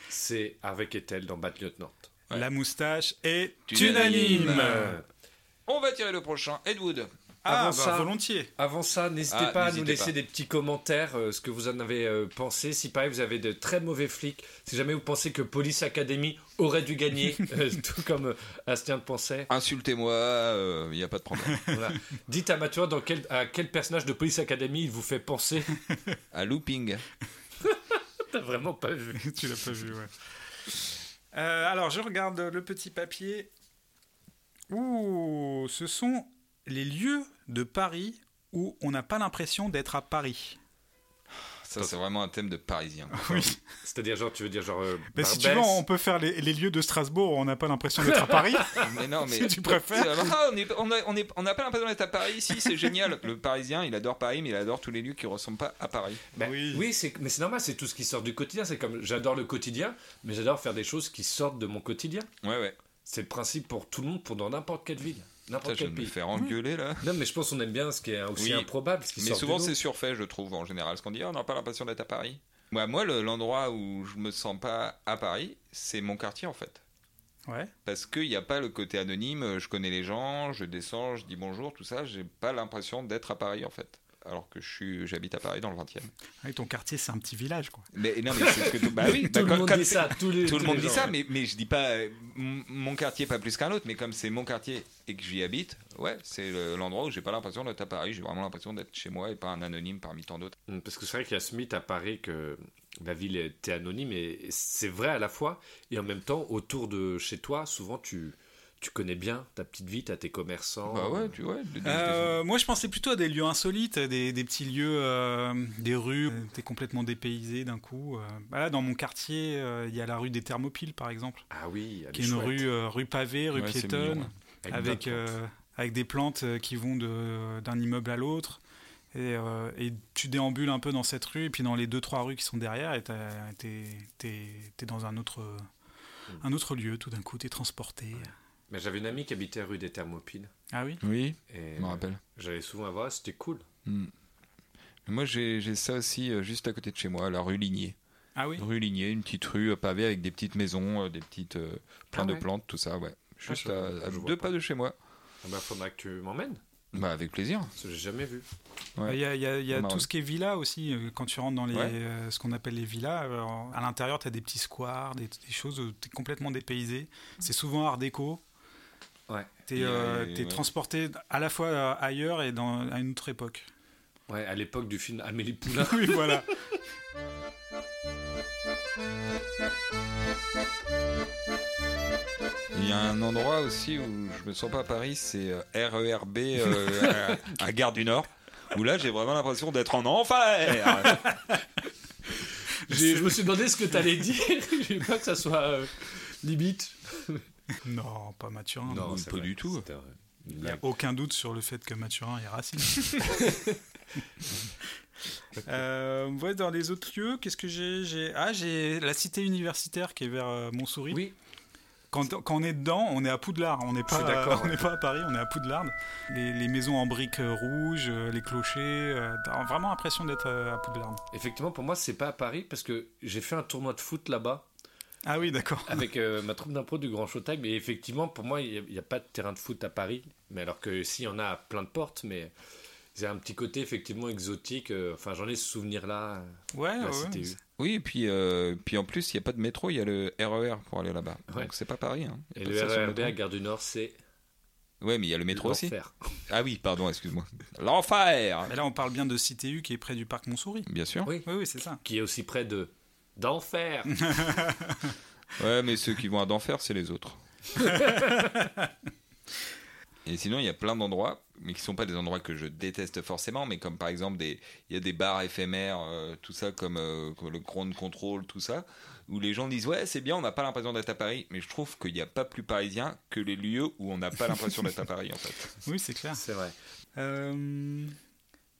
[SPEAKER 4] c'est avec Ethel dans Bad Lieutenant.
[SPEAKER 5] Ouais.
[SPEAKER 3] La moustache est
[SPEAKER 5] Unanime.
[SPEAKER 3] unanime.
[SPEAKER 4] Euh,
[SPEAKER 5] On va tirer le prochain. Ed Wood.
[SPEAKER 3] Ah,
[SPEAKER 4] Avant
[SPEAKER 3] bah,
[SPEAKER 4] ça-
[SPEAKER 3] volontiers.
[SPEAKER 4] Avant ça, n'hésitez
[SPEAKER 5] Ah,
[SPEAKER 4] pas à nous
[SPEAKER 5] n'hésitez
[SPEAKER 4] laisser
[SPEAKER 5] pas.
[SPEAKER 4] des petits commentaires, euh, ce que vous en avez euh, pensé. Si pareil, vous avez de très mauvais flics, si jamais vous pensez que Police Academy aurait dû gagner, euh, tout comme euh, Astien le pensait,
[SPEAKER 5] Insultez-moi, euh, il n'y a pas de problème.
[SPEAKER 4] voilà. dites à Mathieu dans quel, à quel personnage de Police Academy il vous fait penser.
[SPEAKER 5] À looping.
[SPEAKER 4] T'as vraiment pas vu.
[SPEAKER 3] tu l'as pas vu, ouais. Euh, alors, je regarde le petit papier. Ouh, ce sont les lieux de Paris où on n'a pas l'impression d'être à Paris.
[SPEAKER 5] Ça, c'est vraiment un thème de parisien.
[SPEAKER 4] C'est-à-dire, genre, tu veux dire, genre. euh,
[SPEAKER 3] Mais si tu veux,
[SPEAKER 4] Barbès,
[SPEAKER 3] on peut faire les, les lieux de Strasbourg où on n'a pas l'impression d'être à Paris.
[SPEAKER 5] Mais non, mais.
[SPEAKER 3] Si tu préfères.
[SPEAKER 5] Ah, on est- on a- on est- on n'a pas l'impression d'être à Paris ici, c'est génial. Le parisien, il adore Paris, mais il adore tous les lieux qui ne ressemblent pas à Paris.
[SPEAKER 4] Ben,
[SPEAKER 3] Oui.
[SPEAKER 4] oui, c'est- mais c'est normal, c'est tout ce qui sort du quotidien. C'est comme j'adore le quotidien, mais j'adore faire des choses qui sortent de mon quotidien.
[SPEAKER 5] Ouais, ouais.
[SPEAKER 4] C'est le principe pour tout le monde, pour dans n'importe quelle ville,
[SPEAKER 5] Putain,
[SPEAKER 4] n'importe
[SPEAKER 5] je vais
[SPEAKER 4] quel
[SPEAKER 5] me
[SPEAKER 4] pays.
[SPEAKER 5] faire engueuler là.
[SPEAKER 4] Non, mais je pense qu'on aime bien ce qui est aussi
[SPEAKER 5] Oui.
[SPEAKER 4] improbable. Ce qui
[SPEAKER 5] Mais
[SPEAKER 4] sort du
[SPEAKER 5] souvent,
[SPEAKER 4] lot.
[SPEAKER 5] c'est surfait, je trouve, en général. Ce qu'on dit, Ah, on n'a pas l'impression d'être à Paris. Moi, moi le- l'endroit où je me sens pas à Paris, c'est mon quartier en fait.
[SPEAKER 3] Ouais.
[SPEAKER 5] Parce qu'il n'y a pas le côté anonyme, euh, je connais les gens, je descends, je dis bonjour, tout ça, j'ai pas l'impression d'être à Paris en fait. Alors que je suis- j'habite à Paris dans le 20 e
[SPEAKER 3] Avec ton quartier, c'est un petit village, quoi.
[SPEAKER 5] Mais non, mais c'est ce que tout, bah oui,
[SPEAKER 4] Tout
[SPEAKER 5] bah,
[SPEAKER 4] le
[SPEAKER 5] comme-
[SPEAKER 4] monde
[SPEAKER 5] comme
[SPEAKER 4] dit
[SPEAKER 5] c'est-
[SPEAKER 4] ça. Tous les,
[SPEAKER 5] Tout le
[SPEAKER 4] tous
[SPEAKER 5] monde
[SPEAKER 4] les
[SPEAKER 5] dit
[SPEAKER 4] gens,
[SPEAKER 5] ça,
[SPEAKER 4] ouais.
[SPEAKER 5] mais, mais je dis pas euh, m- mon quartier pas plus qu'un autre, mais comme c'est mon quartier et que j'y habite, ouais, c'est le- l'endroit où j'ai pas l'impression d'être à Paris, j'ai vraiment l'impression d'être chez moi et pas un anonyme parmi tant d'autres.
[SPEAKER 4] Mm, Parce que c'est vrai qu'il y a ce mythe à Paris que la ville était anonyme et et c'est vrai à la fois. Et en même temps, autour de chez toi, souvent tu, tu connais bien ta petite vie, t'as tes commerçants.
[SPEAKER 5] Bah ouais, tu vois. de- de-
[SPEAKER 3] Euh, moi, je pensais plutôt à des lieux insolites, des, des petits lieux, euh, des rues. où T'es complètement dépaysé d'un coup. euh. Bah là, dans mon quartier, euh, il y a la rue des Thermopyles, par exemple,
[SPEAKER 4] Ah oui, elle
[SPEAKER 3] qui
[SPEAKER 4] est
[SPEAKER 3] est une
[SPEAKER 4] chouette.
[SPEAKER 3] rue, euh, rue pavée, rue
[SPEAKER 5] Ouais, c'est
[SPEAKER 3] piétonne.
[SPEAKER 5] mignon, ouais.
[SPEAKER 3] avec,
[SPEAKER 4] plein de plantes.
[SPEAKER 3] euh, avec des plantes euh, qui vont de- d'un immeuble à l'autre. Et, euh, et tu déambules un peu dans cette rue, et puis dans les deux, trois rues qui sont derrière, et t'as- t'es t'es- t'es dans un autre, un autre lieu, tout d'un coup, t'es transporté.
[SPEAKER 4] Mais j'avais une amie qui habitait rue des Thermopyles.
[SPEAKER 3] Ah oui
[SPEAKER 5] Oui,
[SPEAKER 4] Et euh,
[SPEAKER 5] je me rappelle.
[SPEAKER 4] J'allais souvent la voir, c'était cool.
[SPEAKER 5] Moi, j'ai j'ai ça aussi euh, juste à côté de chez moi, la rue Ligné.
[SPEAKER 3] Ah oui
[SPEAKER 5] Rue Ligné, une petite rue euh, pavée avec des petites maisons, euh, des petites. euh, plein
[SPEAKER 4] Ah
[SPEAKER 5] de
[SPEAKER 4] ouais.
[SPEAKER 5] plantes, tout ça, ouais. Ah, Juste
[SPEAKER 4] je-
[SPEAKER 5] à, à
[SPEAKER 4] je vois
[SPEAKER 5] deux
[SPEAKER 4] pas.
[SPEAKER 5] pas de chez moi.
[SPEAKER 4] Ah bah faudra que tu m'emmènes,
[SPEAKER 5] Bah, avec plaisir.
[SPEAKER 4] parce que j'ai jamais vu.
[SPEAKER 5] Ouais.
[SPEAKER 3] Il y a, il y a- il y a
[SPEAKER 5] Marrant.
[SPEAKER 3] tout ce qui est villa aussi, euh, quand tu rentres dans les,
[SPEAKER 5] Ouais.
[SPEAKER 3] euh, ce qu'on appelle les villas, alors, à l'intérieur tu as des petits squares, des, des choses, tu es complètement dépaysé. C'est souvent art déco.
[SPEAKER 4] Ouais.
[SPEAKER 3] Tu es,
[SPEAKER 5] Et, euh, ouais.
[SPEAKER 3] transporté à la fois euh, ailleurs et dans, à une autre époque.
[SPEAKER 4] Ouais, à l'époque du film Amélie Poulain.
[SPEAKER 3] oui, voilà.
[SPEAKER 5] Il y a un endroit aussi où je me sens pas à Paris, c'est euh, RERB euh, à, à Gare du Nord, où là j'ai vraiment l'impression d'être en enfer.
[SPEAKER 4] J'ai- je me suis demandé ce que t'allais dire. J'ai peur que ça soit euh, limite.
[SPEAKER 3] Non, pas Mathurin.
[SPEAKER 5] Non,
[SPEAKER 4] c'est
[SPEAKER 5] pas du tout.
[SPEAKER 4] C'était, euh, une
[SPEAKER 3] Il n'y a
[SPEAKER 4] blague.
[SPEAKER 3] aucun doute sur le fait que Mathurin est raciste. Euh, ouais, dans les autres lieux, qu'est-ce que j'ai J'ai- Ah, j'ai la cité universitaire qui est vers euh, Montsouris.
[SPEAKER 4] Oui,
[SPEAKER 3] Quand, quand on est dedans, on est à Poudlard. On n'est
[SPEAKER 4] Je
[SPEAKER 3] pas,
[SPEAKER 4] suis d'accord,
[SPEAKER 3] euh, on n'est pas à Paris, on est à Poudlard. Les, les maisons en briques euh, rouges, euh, les clochers, euh, t'as vraiment l'impression d'être euh, à Poudlard.
[SPEAKER 4] effectivement, pour moi, c'est pas à Paris parce que j'ai fait un tournoi de foot là-bas.
[SPEAKER 3] Ah oui, d'accord.
[SPEAKER 4] avec euh, ma troupe d'impro du Grand Showtime. Et effectivement, pour moi, il n'y a, pas de terrain de foot à Paris. Mais alors que s'il y en a à plein de portes, mais c'est un petit côté effectivement exotique. euh, Enfin, j'en ai ce souvenir-là. euh,
[SPEAKER 3] Ah Ouais,
[SPEAKER 4] La
[SPEAKER 3] ouais,
[SPEAKER 4] CTU.
[SPEAKER 3] ouais.
[SPEAKER 5] Oui, et puis, euh, puis en plus, il n'y a pas de métro, il y a le RER pour aller là-bas.
[SPEAKER 4] Ouais.
[SPEAKER 5] Donc c'est pas Paris. Hein. Il
[SPEAKER 4] Et
[SPEAKER 5] y a
[SPEAKER 4] le
[SPEAKER 5] pas de station de
[SPEAKER 4] RERB à
[SPEAKER 5] métro.
[SPEAKER 4] Gare du Nord, c'est
[SPEAKER 5] Ouais, mais il y a le métro aussi.
[SPEAKER 4] l'enfer.
[SPEAKER 5] Ah oui, pardon, excuse-moi. L'enfer
[SPEAKER 3] Mais là, on parle bien de CTU qui est près du parc Montsouris.
[SPEAKER 5] Bien sûr.
[SPEAKER 3] Oui, oui, c'est ça.
[SPEAKER 4] Qui est aussi près de d'enfer.
[SPEAKER 5] Ouais, mais ceux qui vont à d'enfer, c'est les autres. Et sinon, il y a plein d'endroits, mais qui sont pas des endroits que je déteste forcément, mais comme par exemple, des, il y a des bars éphémères, euh, tout ça, comme, euh, comme le Ground Control, tout ça, où les gens disent Ouais, c'est bien, on n'a pas l'impression d'être à Paris, mais je trouve qu'il n'y a pas plus parisien que les lieux où on n'a pas l'impression d'être à Paris, en fait.
[SPEAKER 3] Oui, c'est clair.
[SPEAKER 4] c'est vrai.
[SPEAKER 3] Euh,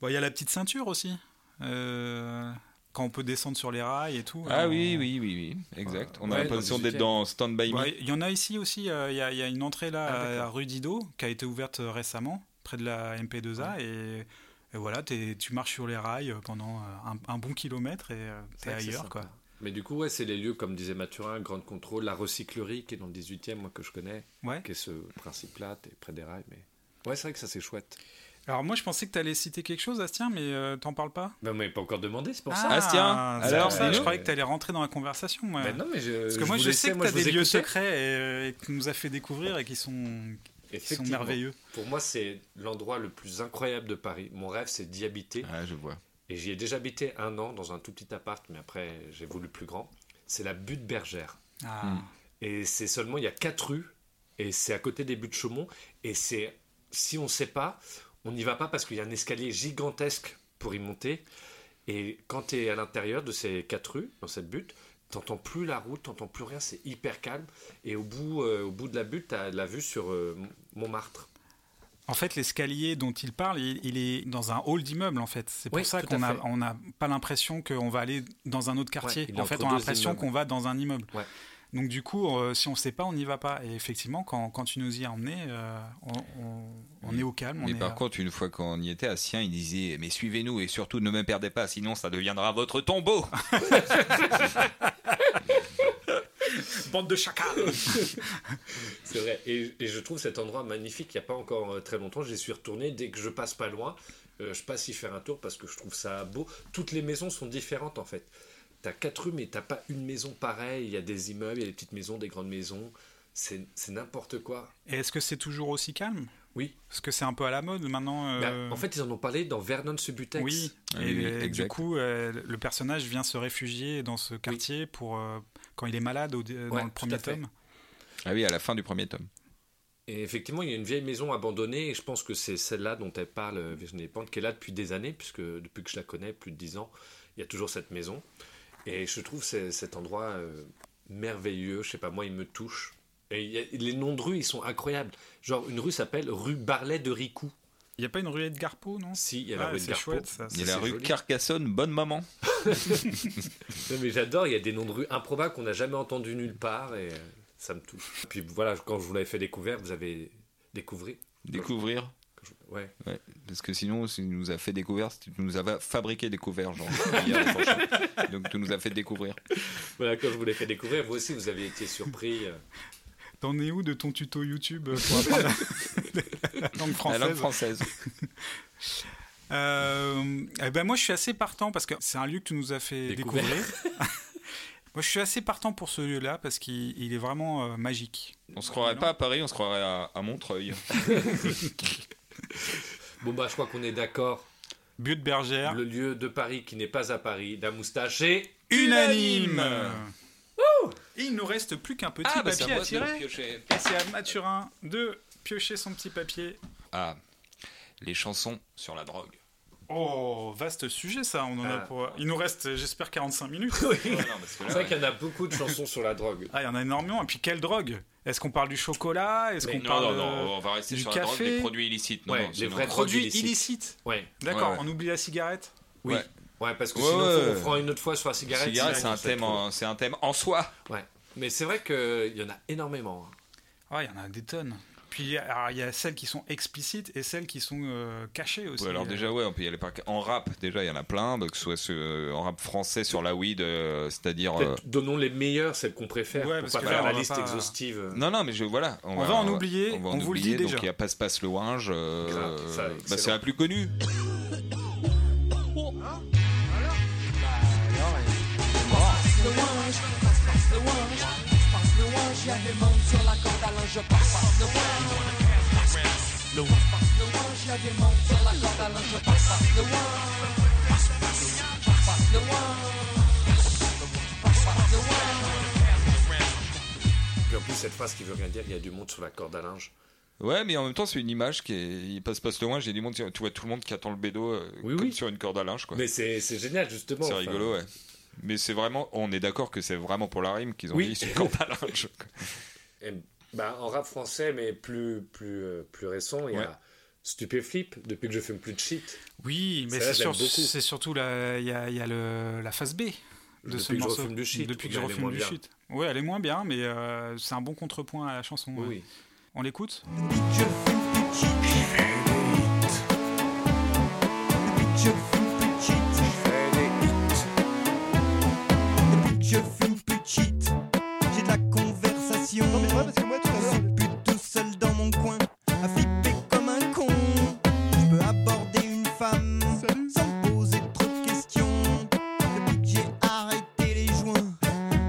[SPEAKER 3] Bon, il y a la petite ceinture aussi. Euh, Quand on peut descendre sur les rails et tout.
[SPEAKER 5] Ah
[SPEAKER 3] Euh,
[SPEAKER 5] oui, oui, oui, oui, exact. On a
[SPEAKER 4] Ouais,
[SPEAKER 5] l'impression
[SPEAKER 4] dans le
[SPEAKER 5] d'être
[SPEAKER 4] huitième.
[SPEAKER 5] dans Stand By
[SPEAKER 3] Bon,
[SPEAKER 5] Me.
[SPEAKER 3] Il y en a ici aussi. euh, Il y, a- il y a une entrée là
[SPEAKER 4] Ah,
[SPEAKER 3] à- à
[SPEAKER 4] d'accord.
[SPEAKER 3] rue Didot qui a été ouverte euh, récemment près de la MP2A et. et voilà, t'es- tu marches sur les rails euh, pendant euh, un, un bon kilomètre et euh, t'es
[SPEAKER 4] C'est vrai que c'est
[SPEAKER 3] ailleurs,
[SPEAKER 4] sympa.
[SPEAKER 3] quoi.
[SPEAKER 4] Mais du coup, ouais, c'est les lieux, comme disait Mathurin, Grande Contrôle, la recyclerie qui est dans le 18 e moi, que je connais,
[SPEAKER 3] Ouais.
[SPEAKER 4] qui est ce principe-là, t'es près des rails. Mais... Ouais, c'est vrai que ça, c'est chouette.
[SPEAKER 3] Alors moi, je pensais que t'allais citer quelque chose, Astien, mais euh, t'en parles pas.
[SPEAKER 4] Mais on m'avait pas encore demandé, c'est pour
[SPEAKER 3] Ah
[SPEAKER 4] ça.
[SPEAKER 5] Astien,
[SPEAKER 3] c'est
[SPEAKER 5] alors,
[SPEAKER 3] pour ça,
[SPEAKER 5] dis-nous.
[SPEAKER 3] je croyais que t'allais rentrer dans la conversation. moi.
[SPEAKER 4] Ben non, mais je,
[SPEAKER 3] Parce que moi,
[SPEAKER 4] vous
[SPEAKER 3] je, sais
[SPEAKER 4] laissais,
[SPEAKER 3] que
[SPEAKER 4] moi,
[SPEAKER 3] t'as
[SPEAKER 4] je vous
[SPEAKER 3] des lieux
[SPEAKER 4] écoutais.
[SPEAKER 3] secrets euh, et, et que tu nous as fait découvrir et qui sont, qui sont
[SPEAKER 4] Effectivement.
[SPEAKER 3] merveilleux.
[SPEAKER 4] Pour moi, c'est l'endroit le plus incroyable de Paris. Mon rêve, c'est d'y habiter.
[SPEAKER 5] Ah, je vois.
[SPEAKER 4] Et j'y ai déjà habité un an dans un tout petit appart, mais après, j'ai voulu plus grand. C'est la butte bergère.
[SPEAKER 3] Ah.
[SPEAKER 4] Hmm. Et c'est seulement, il y a quatre rues, et c'est à côté des buts de Chaumont. Et c'est, si on ne sait pas, on n'y va pas parce qu'il y a un escalier gigantesque pour y monter. Et quand tu es à l'intérieur de ces quatre rues, dans cette butte, t'entends plus la route, t'entends plus rien, c'est hyper calme. Et au bout, euh, au bout de la butte, t'as la vue sur euh, Montmartre.
[SPEAKER 3] En fait, l'escalier dont il parle, il, il est dans un hall d'immeuble, en fait. C'est pour
[SPEAKER 4] Oui,
[SPEAKER 3] ça
[SPEAKER 4] tout
[SPEAKER 3] qu'on n'a
[SPEAKER 4] à fait.
[SPEAKER 3] on n'a pas l'impression qu'on va aller dans un autre quartier.
[SPEAKER 4] Ouais, il est
[SPEAKER 3] en fait,
[SPEAKER 4] entre
[SPEAKER 3] on a
[SPEAKER 4] deux
[SPEAKER 3] l'impression
[SPEAKER 4] immeubles.
[SPEAKER 3] qu'on va dans un immeuble.
[SPEAKER 4] Ouais.
[SPEAKER 3] Donc, du coup, euh, si on ne sait pas, on n'y va pas. Et effectivement, quand, quand tu nous y as emmenés, euh, on, on-
[SPEAKER 4] Hmm.
[SPEAKER 3] on est au calme. on
[SPEAKER 5] Mais
[SPEAKER 3] est,
[SPEAKER 5] par
[SPEAKER 3] euh,
[SPEAKER 5] contre, une fois qu'on y était, Sien, il disait Mais suivez-nous et surtout ne me perdez pas, sinon ça deviendra votre tombeau
[SPEAKER 3] Bande de chacals
[SPEAKER 4] C'est vrai. Et, et je trouve cet endroit magnifique. Il n'y a pas encore euh, très longtemps, j'y suis retourné. Dès que je passe pas loin, euh, je passe y faire un tour parce que je trouve ça beau. Toutes les maisons sont différentes en fait. T'as quatre rues, mais t'as pas une maison pareille. Il y a des immeubles, il y a des petites maisons, des grandes maisons. C'est c'est n'importe quoi.
[SPEAKER 3] Et est-ce que c'est toujours aussi calme
[SPEAKER 4] Oui.
[SPEAKER 3] Parce que c'est un peu à la mode maintenant.
[SPEAKER 4] Bah,
[SPEAKER 3] euh,
[SPEAKER 4] en fait, ils en ont parlé dans Vernon Subutex.
[SPEAKER 3] Oui,
[SPEAKER 5] Ah
[SPEAKER 3] et
[SPEAKER 5] oui, oui,
[SPEAKER 3] euh, du
[SPEAKER 5] exact.
[SPEAKER 3] coup, euh, le personnage vient se réfugier dans ce quartier pour euh, quand il est malade au dé-
[SPEAKER 4] Ouais,
[SPEAKER 3] dans le
[SPEAKER 4] tout
[SPEAKER 3] premier
[SPEAKER 4] à fait.
[SPEAKER 3] tome.
[SPEAKER 5] Ah oui, à la fin du premier tome.
[SPEAKER 4] Et effectivement, il y a une vieille maison abandonnée, et je pense que c'est celle-là dont elle parle, euh, Virginie Pente, qui est là depuis des années, puisque depuis que je la connais, plus de 10 ans, il y a toujours cette maison. Et je trouve c'est- cet endroit euh, merveilleux, je sais pas, moi, il me touche. Et il y a- les noms de rues, ils sont incroyables. Genre, une rue s'appelle rue Barlet de Ricou.
[SPEAKER 3] Il n'y a pas une ruée de Garpo, non
[SPEAKER 4] Si, il y a la
[SPEAKER 3] Ah,
[SPEAKER 4] rue de
[SPEAKER 3] C'est
[SPEAKER 4] Garpeau.
[SPEAKER 3] chouette, ça.
[SPEAKER 5] Il y a
[SPEAKER 4] Ça,
[SPEAKER 5] la
[SPEAKER 4] c'est
[SPEAKER 5] rue
[SPEAKER 4] joli.
[SPEAKER 5] Carcassonne, bonne maman.
[SPEAKER 4] Non, mais j'adore, il y a des noms de rues improbables qu'on n'a jamais entendus nulle part, et euh, ça me touche. Puis voilà, quand je vous l'avais fait découvrir, vous avez découvert.
[SPEAKER 5] Découvrir.
[SPEAKER 4] Ouais.
[SPEAKER 5] Ouais, parce que sinon, si tu nous as fait découvrir, si tu nous as fabriqué découvert, genre. hier, le prochain. Donc tu nous as fait découvrir.
[SPEAKER 4] Voilà, quand je vous l'ai fait découvrir, vous aussi, vous avez été surpris. euh,
[SPEAKER 3] T'en es où de ton tuto YouTube euh, pour apprendre la, la langue française
[SPEAKER 5] La langue française.
[SPEAKER 3] Euh, eh ben moi, je suis assez partant parce que c'est un lieu que tu nous as fait
[SPEAKER 4] Découvert.
[SPEAKER 3] découvrir. moi, je suis assez partant pour ce lieu-là parce qu'il il est vraiment euh, magique.
[SPEAKER 5] On se croirait
[SPEAKER 3] Ah, Non.
[SPEAKER 5] pas à Paris, on se croirait à, à Montreuil.
[SPEAKER 4] Bon, bah, je crois qu'on est d'accord.
[SPEAKER 3] But de
[SPEAKER 5] Ah.
[SPEAKER 3] bergère,
[SPEAKER 4] Le lieu de Paris qui n'est pas à Paris, la moustache est
[SPEAKER 3] unanime. Et il nous reste plus qu'un
[SPEAKER 4] Ah,
[SPEAKER 3] petit
[SPEAKER 5] bah, c'est
[SPEAKER 3] papier
[SPEAKER 5] à
[SPEAKER 3] Ah, à
[SPEAKER 5] moi de
[SPEAKER 3] tirer.
[SPEAKER 5] piocher.
[SPEAKER 3] Et c'est à Mathurin de piocher son petit papier.
[SPEAKER 5] Ah, les chansons sur la drogue.
[SPEAKER 3] Oh, vaste sujet ça, on en a
[SPEAKER 4] Ah.
[SPEAKER 3] pour... Il nous reste, j'espère, 45 minutes.
[SPEAKER 4] C'est vrai qu'il y en a beaucoup de chansons sur la drogue.
[SPEAKER 3] Ah, il y en a énormément. Et puis, quelle drogue Est-ce qu'on parle du chocolat Est-ce qu'on
[SPEAKER 5] non,
[SPEAKER 3] parle
[SPEAKER 5] non,
[SPEAKER 3] de-
[SPEAKER 5] non, on va rester
[SPEAKER 3] du
[SPEAKER 5] sur la drogue
[SPEAKER 3] café.
[SPEAKER 5] des produits illicites. Non,
[SPEAKER 4] Ouais,
[SPEAKER 5] non,
[SPEAKER 4] les
[SPEAKER 5] sinon-
[SPEAKER 4] vrais
[SPEAKER 3] Produits
[SPEAKER 4] Produits illicites.
[SPEAKER 3] illicites.
[SPEAKER 4] Ouais,
[SPEAKER 3] D'accord,
[SPEAKER 5] Ouais, ouais.
[SPEAKER 3] on oublie la cigarette.
[SPEAKER 4] oui.
[SPEAKER 5] Ouais.
[SPEAKER 4] Ouais, parce que
[SPEAKER 5] Ouais,
[SPEAKER 4] sinon,
[SPEAKER 5] ouais.
[SPEAKER 4] on fera une autre fois sur la cigarette.
[SPEAKER 5] Cigarette, c'est
[SPEAKER 4] sinon,
[SPEAKER 5] un,
[SPEAKER 4] on fait
[SPEAKER 5] thème hein.
[SPEAKER 4] trop.
[SPEAKER 5] en- c'est un thème en soi.
[SPEAKER 4] Ouais. Mais c'est vrai qu'il y en a énormément. hein.
[SPEAKER 3] Ah, il y en a des tonnes. Puis alors, il y a celles qui sont explicites et celles qui sont euh, cachées aussi.
[SPEAKER 5] Ouais, alors
[SPEAKER 3] Euh,
[SPEAKER 5] déjà ouais, on peut y aller par en rap déjà il y en a plein, donc que ce soit ce- en rap français sur la weed, euh, c'est-à-dire euh,
[SPEAKER 4] Peut-être Donnons les meilleures, celles qu'on préfère,
[SPEAKER 3] Ouais,
[SPEAKER 4] pour
[SPEAKER 3] parce
[SPEAKER 4] pas
[SPEAKER 3] que
[SPEAKER 4] faire
[SPEAKER 3] là, on
[SPEAKER 4] la
[SPEAKER 3] va
[SPEAKER 4] liste
[SPEAKER 3] pas-
[SPEAKER 4] exhaustive.
[SPEAKER 5] euh, Non, non, mais je, voilà.
[SPEAKER 3] On va en oublier,
[SPEAKER 5] on va en
[SPEAKER 3] on vous le
[SPEAKER 5] oublier,
[SPEAKER 3] dit
[SPEAKER 5] donc
[SPEAKER 3] déjà.
[SPEAKER 5] il y a Passe Passe le Ouinge. euh,
[SPEAKER 4] Grave, ça,
[SPEAKER 5] bah,
[SPEAKER 4] excellent.
[SPEAKER 5] c'est la plus connue.
[SPEAKER 4] Puis en plus, cette phrase qui veut rien dire, il y a du monde sur la corde à linge.
[SPEAKER 5] Ouais, mais en même temps, c'est une image qui est. il Passe Passe le Ouinge, il y a du monde, tu vois tout le monde qui attend le bédo euh,
[SPEAKER 4] Oui,
[SPEAKER 5] comme
[SPEAKER 4] oui.
[SPEAKER 5] sur une corde à linge, quoi.
[SPEAKER 4] Mais c'est c'est génial, justement.
[SPEAKER 5] C'est
[SPEAKER 4] enfin.
[SPEAKER 5] rigolo, ouais. Mais c'est vraiment. On est d'accord que c'est vraiment pour la rime qu'ils ont
[SPEAKER 4] Oui.
[SPEAKER 5] mis sur une corde à linge. quoi.
[SPEAKER 4] Et, bah, en rap français, mais plus, plus, euh, plus récent, il y
[SPEAKER 5] Ouais.
[SPEAKER 4] a Stupéflip, depuis que je fume plus de shit.
[SPEAKER 3] Oui, mais
[SPEAKER 4] Ça,
[SPEAKER 3] c'est sur-
[SPEAKER 4] j'aime beaucoup.
[SPEAKER 3] c'est surtout la, il y a, il y a le- la phase B de
[SPEAKER 4] Depuis
[SPEAKER 3] ce
[SPEAKER 4] que je
[SPEAKER 3] morceau.
[SPEAKER 4] refume du shit,
[SPEAKER 3] Depuis que
[SPEAKER 4] mais
[SPEAKER 3] je
[SPEAKER 4] elle est
[SPEAKER 3] refume
[SPEAKER 4] moins
[SPEAKER 3] du
[SPEAKER 4] bien.
[SPEAKER 3] shit. Ouais, elle est moins bien, mais euh, c'est un bon contrepoint à la chanson. ouais.
[SPEAKER 4] Oui.
[SPEAKER 3] On l'écoute
[SPEAKER 1] Je fume petite, j'ai de la conversation. Non mais c'est vrai parce que moi tout à l'heure, je suis tout seul dans mon coin, à flipper comme un con. Je peux aborder une femme sans me poser trop de questions. Depuis que j'ai arrêté les joints,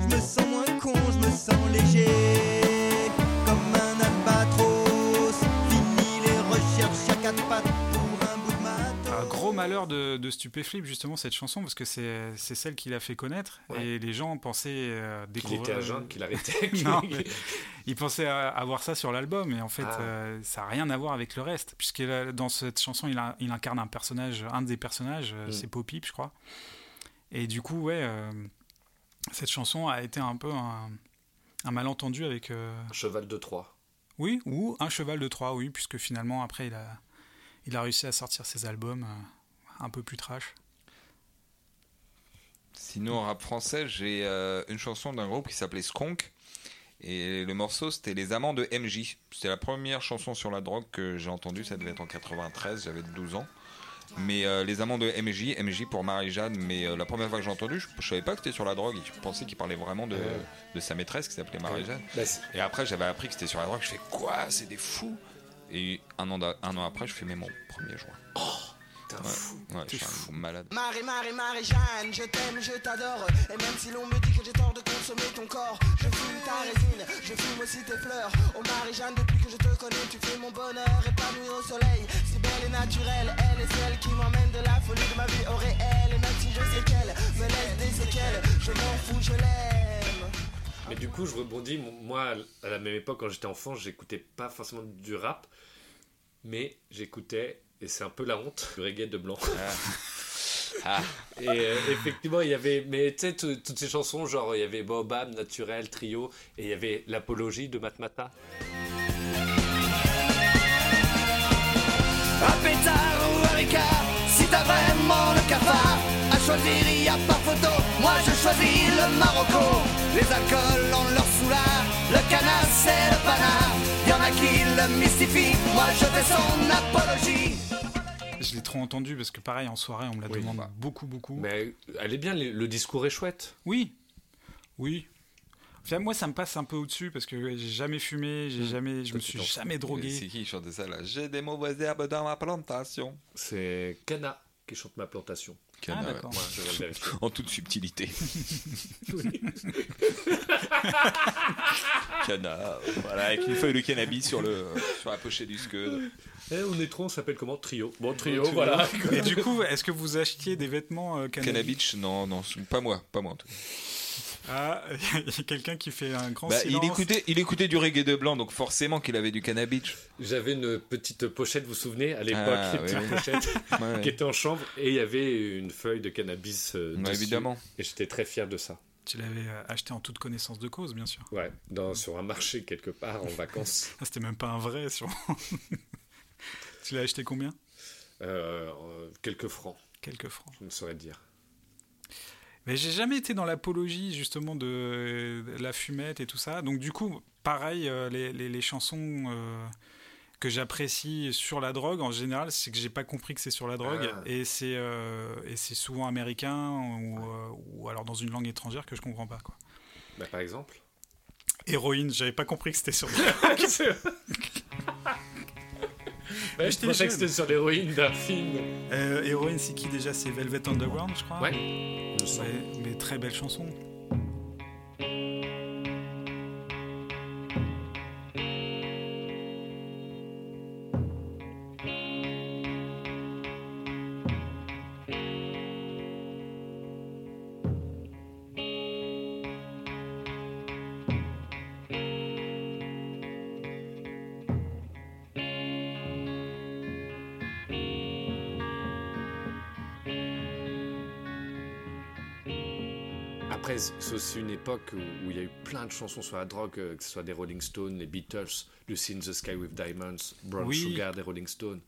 [SPEAKER 1] je me sens moins con, je me sens léger. Comme un albatros, fini les recherches à quatre pattes pour un bout de matos.
[SPEAKER 3] Un gros malheur de, de Stupéflip, justement, cette chanson, parce que c'est c'est celle qui l'a fait connaître.
[SPEAKER 4] Ouais.
[SPEAKER 3] Et les gens pensaient euh,
[SPEAKER 4] Qu'il
[SPEAKER 3] découvrir.
[SPEAKER 4] était à jeun, qu'il arrêtait. qu'il-
[SPEAKER 3] Non, mais- Ils pensaient euh, avoir ça sur l'album, et en fait,
[SPEAKER 4] Ah.
[SPEAKER 3] euh, ça n'a rien à voir avec le reste. Puisque euh, dans cette chanson, il, a- il incarne un personnage, un des personnages, euh,
[SPEAKER 4] Mm.
[SPEAKER 3] c'est Poppy, je crois. Et du coup, ouais, euh, cette chanson a été un peu un, un malentendu avec. euh,
[SPEAKER 4] Cheval de Troie.
[SPEAKER 3] oui, ou un cheval de Troie, oui, puisque finalement, après, il a, il a réussi à sortir ses albums euh, un peu plus trash.
[SPEAKER 5] Sinon, en rap français, j'ai euh, une chanson d'un groupe qui s'appelait Skunk. Et le morceau, c'était Les Amants de MJ. C'était la première chanson sur la drogue que j'ai entendue. Ça devait être en 93, j'avais 12 ans. Mais euh, Les Amants de MJ, MJ pour Marie-Jeanne. Mais euh, la première fois que j'ai entendu, je, je savais pas que c'était sur la drogue. Je pensais qu'il parlait vraiment de, de sa maîtresse qui s'appelait Marie-Jeanne.
[SPEAKER 4] Bah, c'est-
[SPEAKER 5] Et après, j'avais appris que c'était sur la drogue. Je fais quoi C'est des fous Et un an, d'a- un an après, je fumais mon premier joint.
[SPEAKER 4] Putain, Oh, fou.
[SPEAKER 5] Ouais, je suis un malade.
[SPEAKER 1] Marie, Marie, Marie, Jeanne, je t'aime, je t'adore. Et même si l'on me dit que j'ai tort de consommer ton corps, je fume ta résine, je fume aussi tes fleurs. Oh Marie, Jeanne, depuis que je te connais, tu fais mon bonheur épanoui au soleil. Si belle et naturelle, elle est celle qui m'emmène de la folie de ma vie au réel. Et même si je sais qu'elle me laisse des séquelles, je m'en fous, je l'aime.
[SPEAKER 4] Mais du coup, je rebondis. Mon- Moi, à la même époque, quand j'étais enfant, j'écoutais pas forcément du rap, mais j'écoutais, et c'est un peu la honte, du reggae de blanc.
[SPEAKER 5] Ah.
[SPEAKER 4] Et euh, effectivement, il y avait, mais tu sais, tout- toutes ces chansons, genre, il y avait Bobam, Naturel, Trio, et il y avait l'apologie de Matmata.
[SPEAKER 1] Un pétard ou un ricard, si t'as vraiment le cafard À choisir, il y a pas photo, moi je choisis le Marocco Les alcools ont leur foulard, le canard c'est le panard Y'en a qui le mystifient, moi je fais son apologie
[SPEAKER 3] Je l'ai trop entendu parce que, pareil, en soirée, on me la
[SPEAKER 4] Oui,
[SPEAKER 3] demande
[SPEAKER 4] bah.
[SPEAKER 3] beaucoup, beaucoup.
[SPEAKER 4] Mais elle est bien, le le discours est chouette.
[SPEAKER 3] Oui, oui. Enfin, moi, ça me passe un peu au-dessus parce que j'ai jamais fumé, j'ai jamais, je me suis jamais
[SPEAKER 5] Hmm. C'est
[SPEAKER 3] drogué.
[SPEAKER 5] qui qui chantait ça là J'ai des mauvaises herbes dans ma plantation.
[SPEAKER 4] C'est Cana qui chante Ma Plantation.
[SPEAKER 3] Ah,
[SPEAKER 5] Canard,
[SPEAKER 3] d'accord.
[SPEAKER 4] Ouais, je vais le vérifier.
[SPEAKER 5] ouais. En toute subtilité. Canard, voilà, avec une feuille de cannabis sur, le, sur la pochette du scud.
[SPEAKER 4] Eh, on est trop, on s'appelle comment Trio. Bon, Trio, voilà.
[SPEAKER 3] Et du coup, est-ce que vous achetiez des vêtements euh, cannabis
[SPEAKER 5] Cannabis, non, non, pas moi, pas moi en tout cas.
[SPEAKER 3] Ah, il y a quelqu'un qui fait un grand
[SPEAKER 5] Bah,
[SPEAKER 3] silence.
[SPEAKER 5] il, écoutait, il écoutait du reggae de blanc, donc forcément qu'il avait du cannabis.
[SPEAKER 4] J'avais une petite pochette, vous vous souvenez À l'époque,
[SPEAKER 5] Ah,
[SPEAKER 4] les petites
[SPEAKER 5] oui.
[SPEAKER 4] pochettes
[SPEAKER 5] Ouais, ouais.
[SPEAKER 4] qui étaient en chambre et il y avait une feuille de cannabis euh,
[SPEAKER 5] Ouais,
[SPEAKER 4] dessus.
[SPEAKER 5] évidemment.
[SPEAKER 4] Et j'étais très fier de ça.
[SPEAKER 3] Tu l'avais euh, acheté en toute connaissance de cause, bien sûr.
[SPEAKER 4] Ouais, dans, sur un marché quelque part en vacances.
[SPEAKER 3] Ah, C'était même pas un vrai, sûrement. tu l'as acheté combien
[SPEAKER 4] Euh, euh, quelques francs,
[SPEAKER 3] Quelques francs.
[SPEAKER 4] je ne saurais dire.
[SPEAKER 3] Mais j'ai jamais été dans l'apologie justement de, de la fumette et tout ça. Donc du coup, pareil, euh, les, les- les chansons euh, que j'apprécie sur la drogue en général, c'est que j'ai pas compris que c'est sur la drogue
[SPEAKER 2] Ah.
[SPEAKER 3] et c'est euh, et c'est souvent américain ou, euh, ou alors dans une langue étrangère que je comprends pas quoi.
[SPEAKER 4] Bah, par exemple.
[SPEAKER 3] Héroïne, j'avais pas compris que c'était sur.
[SPEAKER 4] Bah, je
[SPEAKER 3] J'étais
[SPEAKER 4] pensais que
[SPEAKER 3] jeune.
[SPEAKER 4] c'était sur l'héroïne d'un film.
[SPEAKER 3] Euh, Héroïne, c'est qui déjà C'est Velvet Underground, je crois.
[SPEAKER 4] Ouais.
[SPEAKER 3] Mais, mais très belle chanson.
[SPEAKER 4] Après, c'est aussi une époque où où il y a eu plein de chansons sur la drogue, euh, que ce soit des Rolling Stones, les Beatles, Lucy in the Sky with Diamonds, Brown
[SPEAKER 3] Oui.
[SPEAKER 4] Sugar des Rolling Stones.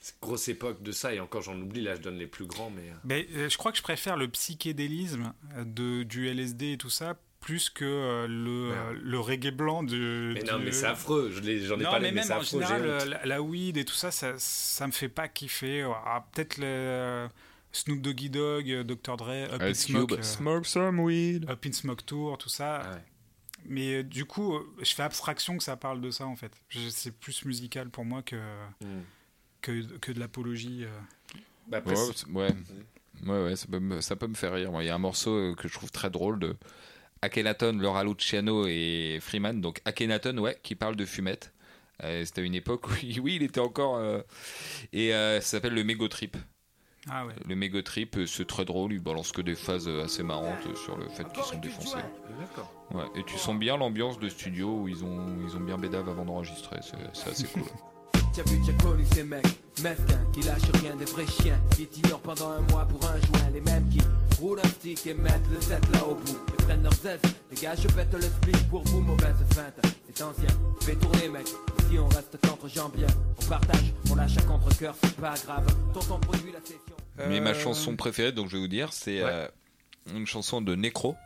[SPEAKER 4] C'est une grosse époque de ça, et encore j'en oublie, là je donne les plus grands, mais. euh,
[SPEAKER 3] Mais euh, je crois que je préfère le psychédélisme euh, de, du LSD et tout ça plus que euh, le,
[SPEAKER 4] Ouais.
[SPEAKER 3] euh, le reggae blanc du.
[SPEAKER 4] Mais non,
[SPEAKER 3] du-
[SPEAKER 4] mais c'est affreux, je l'ai- j'en ai,
[SPEAKER 3] Non,
[SPEAKER 4] parlé,
[SPEAKER 3] mais même
[SPEAKER 4] mais, c'est
[SPEAKER 3] en
[SPEAKER 4] affreux, j'ai
[SPEAKER 3] général,
[SPEAKER 4] honte.
[SPEAKER 3] euh, la, la weed et tout ça, ça, ça me fait pas kiffer. Ah, Peut-être le Snoop Doggy Dogg, euh, Dr. Dre, Up in
[SPEAKER 5] Ice
[SPEAKER 3] Smoke,
[SPEAKER 5] Cube,
[SPEAKER 3] euh,
[SPEAKER 5] smoke some weed.
[SPEAKER 3] Up in Smoke Tour, tout ça.
[SPEAKER 4] Ah ouais.
[SPEAKER 3] Mais euh, du coup, euh, je fais abstraction que ça parle de ça en fait. Je- C'est plus musical pour moi que,
[SPEAKER 4] Mm.
[SPEAKER 3] que, que de l'apologie. euh.
[SPEAKER 4] Bah,
[SPEAKER 5] Ouais,
[SPEAKER 4] après, c'est-
[SPEAKER 5] c'est- ouais. Ouais, ouais, ça peut me, ça peut me faire rire. moi. Il y a un morceau euh, que je trouve très drôle de Akhenaton, Laura Luciano et Freeman. Donc Akhenaton, ouais, qui parle de fumette. Euh, C'était à une époque où, il- oui, il était encore. euh, et euh, ça s'appelle le mégo trip.
[SPEAKER 3] Ah ouais.
[SPEAKER 5] Le mégo trip, euh, c'est très drôle. Il balance que des phases euh, assez marrantes euh, sur le fait qu'ils sont défoncés.
[SPEAKER 4] D'accord.
[SPEAKER 5] Ouais, et tu sens bien l'ambiance de studio où ils ont, ils ont bien bédave avant d'enregistrer. C'est c'est assez cool.
[SPEAKER 11] T'as vu, j'ai connu ces mecs, mesquins, qui lâchent hein. rien des vrais chiens, qui t'ignorent pendant un mois pour un joint, les mêmes qui roulent un stick et mettent le set là au bout, et prennent leurs ailes, les gars, je pète le split pour vous, mauvaise feinte, c'est ancien, fais tourner mec, si on reste contre gens bien, on partage, on lâche à contre-coeur, c'est pas grave, tonton produit la session.
[SPEAKER 5] Mais
[SPEAKER 3] Euh,
[SPEAKER 5] ma chanson préférée, donc je vais vous dire, c'est euh, une chanson de Necro,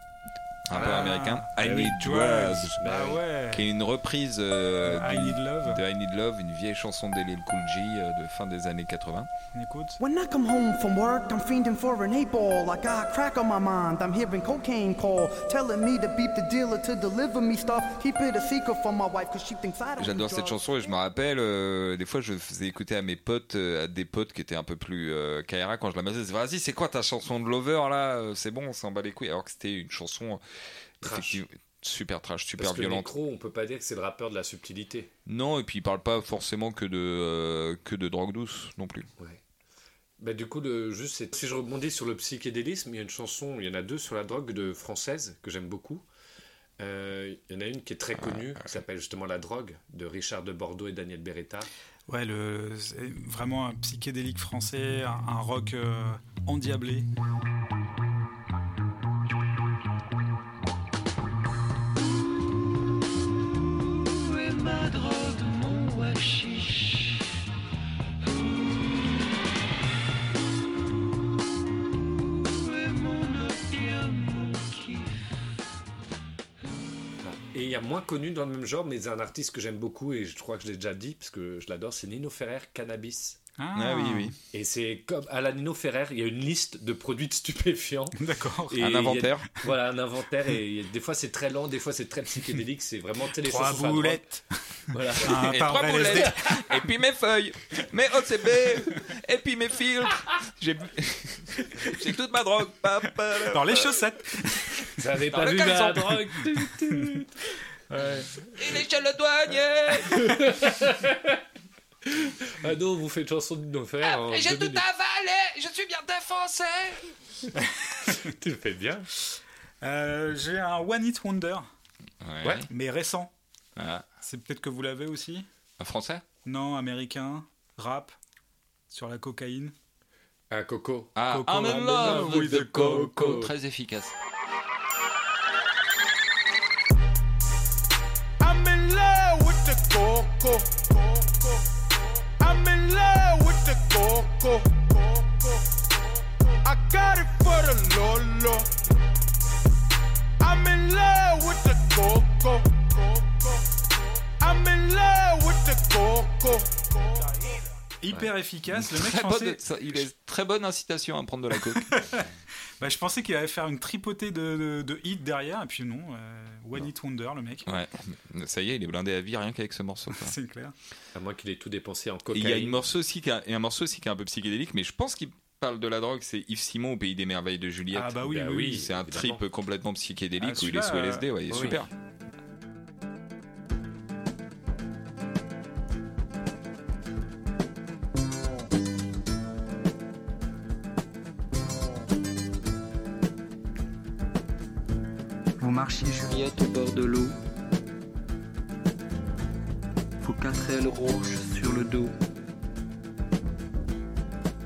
[SPEAKER 5] un peu
[SPEAKER 3] Ah,
[SPEAKER 5] américain, I
[SPEAKER 4] Eh
[SPEAKER 3] Eric
[SPEAKER 5] Need
[SPEAKER 3] Dwars.
[SPEAKER 5] Drugs,
[SPEAKER 3] Bah ouais.
[SPEAKER 5] qui est une reprise euh,
[SPEAKER 3] I
[SPEAKER 5] d'une-
[SPEAKER 3] Need Love.
[SPEAKER 5] de I Need Love, une vieille chanson d'Elil Cool J euh, de fin des années 80.
[SPEAKER 3] On écoute.
[SPEAKER 11] When I come home from work, I'm fiending for an eight ball. I got crack on my mind. I'm hearing cocaine call, telling me to beep the dealer to deliver me stuff. Keep it a secret from my wife, cause she thinks I don't.
[SPEAKER 5] J'adore cette chanson et je me rappelle, euh, des fois je faisais écouter à mes potes, euh, à des potes qui étaient un peu plus euh, KRA quand je la mettais, ils disaient vas-y c'est quoi ta chanson de Lover là, Euh, c'est bon on s'en bat les couilles, alors que c'était une chanson euh,
[SPEAKER 4] Trash.
[SPEAKER 5] effectivement, super trash, super
[SPEAKER 4] Parce que
[SPEAKER 5] violente.
[SPEAKER 4] Necro, on peut pas dire que c'est le rappeur de la subtilité.
[SPEAKER 5] Non, et puis il parle pas forcément que de, euh, que de drogue douce non plus.
[SPEAKER 4] Ouais. Bah, du coup, le, juste, c'est- si je rebondis sur le psychédélisme, il y a une chanson, il y en a deux sur la drogue de française que j'aime beaucoup. Euh, il y en a une qui est très connue, qui s'appelle justement La drogue, de Richard de Bordeaux et Daniel Beretta.
[SPEAKER 3] Ouais, le, c'est vraiment un psychédélique français, un, un rock euh, endiablé.
[SPEAKER 4] Et il y a moins connu dans le même genre, mais c'est un artiste que j'aime beaucoup et je crois que je l'ai déjà dit, parce que je l'adore, c'est Nino Ferrer Cannabis.
[SPEAKER 3] Ah,
[SPEAKER 4] Et c'est comme à la Nino Ferrer, il y a une liste de produits de stupéfiants.
[SPEAKER 3] oui. D'accord.
[SPEAKER 4] Et il
[SPEAKER 5] un
[SPEAKER 4] y a-
[SPEAKER 5] inventaire.
[SPEAKER 4] voilà, un inventaire. Et il y a- des fois, c'est très lent, des fois, c'est très psychédélique. C'est vraiment tu sais, les
[SPEAKER 3] Trois
[SPEAKER 4] chansons sur la drogue.
[SPEAKER 3] boulettes.
[SPEAKER 4] Voilà.
[SPEAKER 3] Un
[SPEAKER 5] Et
[SPEAKER 3] par
[SPEAKER 5] trois
[SPEAKER 3] LSD.
[SPEAKER 5] boulettes. Et puis mes feuilles, mes OCB, et puis mes filtres. J'ai j'ai toute ma drogue. Pa, pa, la,
[SPEAKER 3] Dans les
[SPEAKER 5] pa.
[SPEAKER 3] chaussettes.
[SPEAKER 4] J'avais
[SPEAKER 5] Dans
[SPEAKER 4] pas
[SPEAKER 5] le
[SPEAKER 4] vu la
[SPEAKER 5] caleçon.
[SPEAKER 4] drogue.
[SPEAKER 5] Et les douanier.
[SPEAKER 4] Ah non, vous faites une chanson de Nino Ferrer. en deux minutes.
[SPEAKER 5] Ah, avalé. Je suis bien défoncé.
[SPEAKER 4] Tu le fais bien.
[SPEAKER 3] Euh, J'ai un One Hit Wonder,
[SPEAKER 5] Ouais.
[SPEAKER 4] Ouais.
[SPEAKER 3] mais récent.
[SPEAKER 5] Ah,
[SPEAKER 3] C'est peut-être que vous l'avez aussi.
[SPEAKER 5] un français
[SPEAKER 3] Non, américain, rap, sur la cocaïne.
[SPEAKER 4] Ah, Coco.
[SPEAKER 5] Ah,
[SPEAKER 3] Coco.
[SPEAKER 5] I'm in love with the coco. Très efficace.
[SPEAKER 11] I'm in love with the coco. I'm in love with the coco. I got it for the lolo. I'm in love with the coco. I'm in love with the coco.
[SPEAKER 12] coco.
[SPEAKER 3] Hyper efficace. Le mec,
[SPEAKER 5] Très
[SPEAKER 3] je pensais-
[SPEAKER 5] bonne- ça- il est très bonne incitation à prendre de la coke.
[SPEAKER 3] bah, je pensais qu'il allait faire une tripotée de, de- de hits derrière, et puis non. euh, One Hit Wonder, le mec.
[SPEAKER 5] ouais. Ça y est, il est blindé à vie rien qu'avec ce morceau. quoi.
[SPEAKER 3] C'est clair.
[SPEAKER 4] À moins qu'il ait tout dépensé en
[SPEAKER 5] Et
[SPEAKER 4] cocaïne.
[SPEAKER 5] Il y a une morceau aussi qui a- et un morceau aussi qui est un peu psychédélique, mais je pense qu'il parle de la drogue. C'est Yves Simon au pays des merveilles de Juliette.
[SPEAKER 3] Ah bah oui, Bah oui, oui,
[SPEAKER 5] c'est un
[SPEAKER 4] évidemment.
[SPEAKER 5] trip complètement psychédélique
[SPEAKER 3] Ah,
[SPEAKER 5] où il
[SPEAKER 3] celui-là,
[SPEAKER 5] est sous LSD. Ouais, il est
[SPEAKER 3] oui.
[SPEAKER 5] super.
[SPEAKER 13] Vous marchiez Juliette au bord de l'eau. Vos quatre ailes rouges Oh, sur le dos.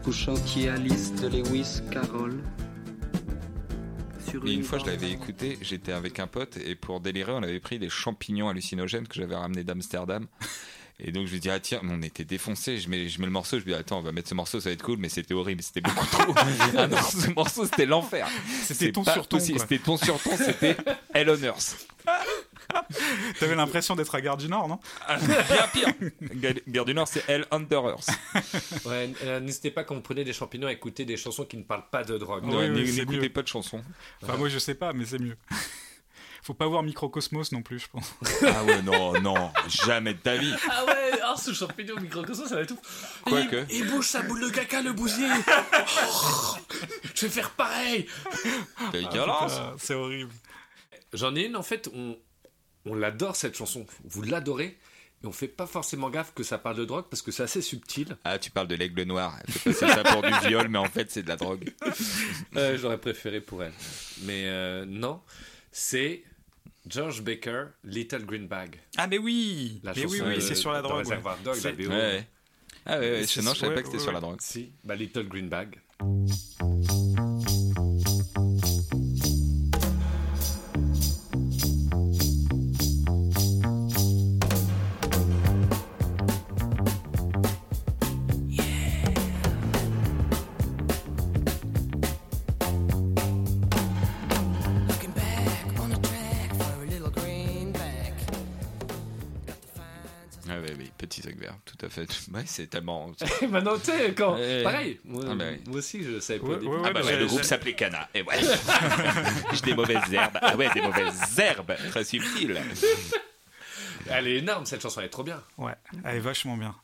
[SPEAKER 13] Vous chantiez Alice de Lewis Carroll.
[SPEAKER 5] Et une fois, je l'avais écouté, j'étais avec un pote et pour délirer, on avait pris des champignons hallucinogènes que j'avais ramenés d'Amsterdam. Et donc je lui dis ah tiens mais on était défoncé je mets je mets le morceau je lui dis attends on va mettre ce morceau ça va être cool mais c'était horrible c'était beaucoup trop ah non ce morceau c'était l'enfer
[SPEAKER 3] C'était
[SPEAKER 5] C'est
[SPEAKER 3] ton
[SPEAKER 5] pas
[SPEAKER 3] sur ton,
[SPEAKER 5] possible.
[SPEAKER 3] quoi.
[SPEAKER 5] c'était ton sur ton c'était Hell on Earth
[SPEAKER 3] T'avais l'impression d'être à Gare du Nord, non
[SPEAKER 5] bien pire Gare- Gare du Nord c'est Hell Under Earth
[SPEAKER 4] Ouais, euh, n'hésitez pas quand vous prenez des champignons à écouter des chansons qui ne parlent pas de drogue.
[SPEAKER 5] Ouais, Ouais, n'é- c'est n'écoutez mieux. pas de chansons.
[SPEAKER 3] Enfin, moi, je sais pas, mais c'est mieux. Faut pas voir Microcosmos non plus, je pense.
[SPEAKER 5] ah ouais non non jamais de ta vie
[SPEAKER 4] Ah ouais, oh, ce champignon au microcosmos, ça va tout.
[SPEAKER 5] Quoique.
[SPEAKER 4] Il, il bouge sa boule de caca, le bousier. Oh, je vais faire pareil.
[SPEAKER 5] Ah, Dégueulasse.
[SPEAKER 3] Euh,
[SPEAKER 4] putain, c'est horrible. J'en ai une, en fait, on, on l'adore cette chanson. Vous l'adorez. Et on fait pas forcément gaffe que ça parle de drogue parce que c'est assez subtil.
[SPEAKER 5] ah tu parles de l'aigle noir Elle fait passer ça pour du viol mais en fait c'est de la drogue
[SPEAKER 4] Euh, J'aurais préféré pour elle. Mais euh, non, c'est George Baker, Little Green Bag.
[SPEAKER 3] Ah, mais oui
[SPEAKER 4] La
[SPEAKER 3] Mais oui,
[SPEAKER 4] chanson
[SPEAKER 3] oui,
[SPEAKER 4] de-
[SPEAKER 3] c'est sur la
[SPEAKER 4] de
[SPEAKER 3] drogue. ouais.
[SPEAKER 4] Reservoir Dogs, la
[SPEAKER 3] C'est-
[SPEAKER 4] BO.
[SPEAKER 5] Ouais. Ah ouais, ouais, je- non, je savais pas que c'était sur la
[SPEAKER 4] ouais.
[SPEAKER 5] drogue.
[SPEAKER 4] Si, bah Little Green Bag.
[SPEAKER 14] Looking back on the track for a little green back.
[SPEAKER 5] Ah ouais, oui, petit sac vert, tout à fait. Ouais, c'est tellement. Ah
[SPEAKER 4] Maintenant, Bah, tu sais, quand.
[SPEAKER 5] Ouais.
[SPEAKER 4] Pareil, moi,
[SPEAKER 5] Ah bah oui.
[SPEAKER 4] moi aussi, je savais pas. au
[SPEAKER 5] Ouais,
[SPEAKER 4] début.
[SPEAKER 5] ouais, ouais, Ah bah ouais, le groupe s'appelait Cana. Et ouais. J'ai des mauvaises herbes. Ah ouais, des mauvaises herbes. Très subtil.
[SPEAKER 4] Elle est énorme, cette chanson, elle est trop bien.
[SPEAKER 3] Ouais, elle est vachement bien.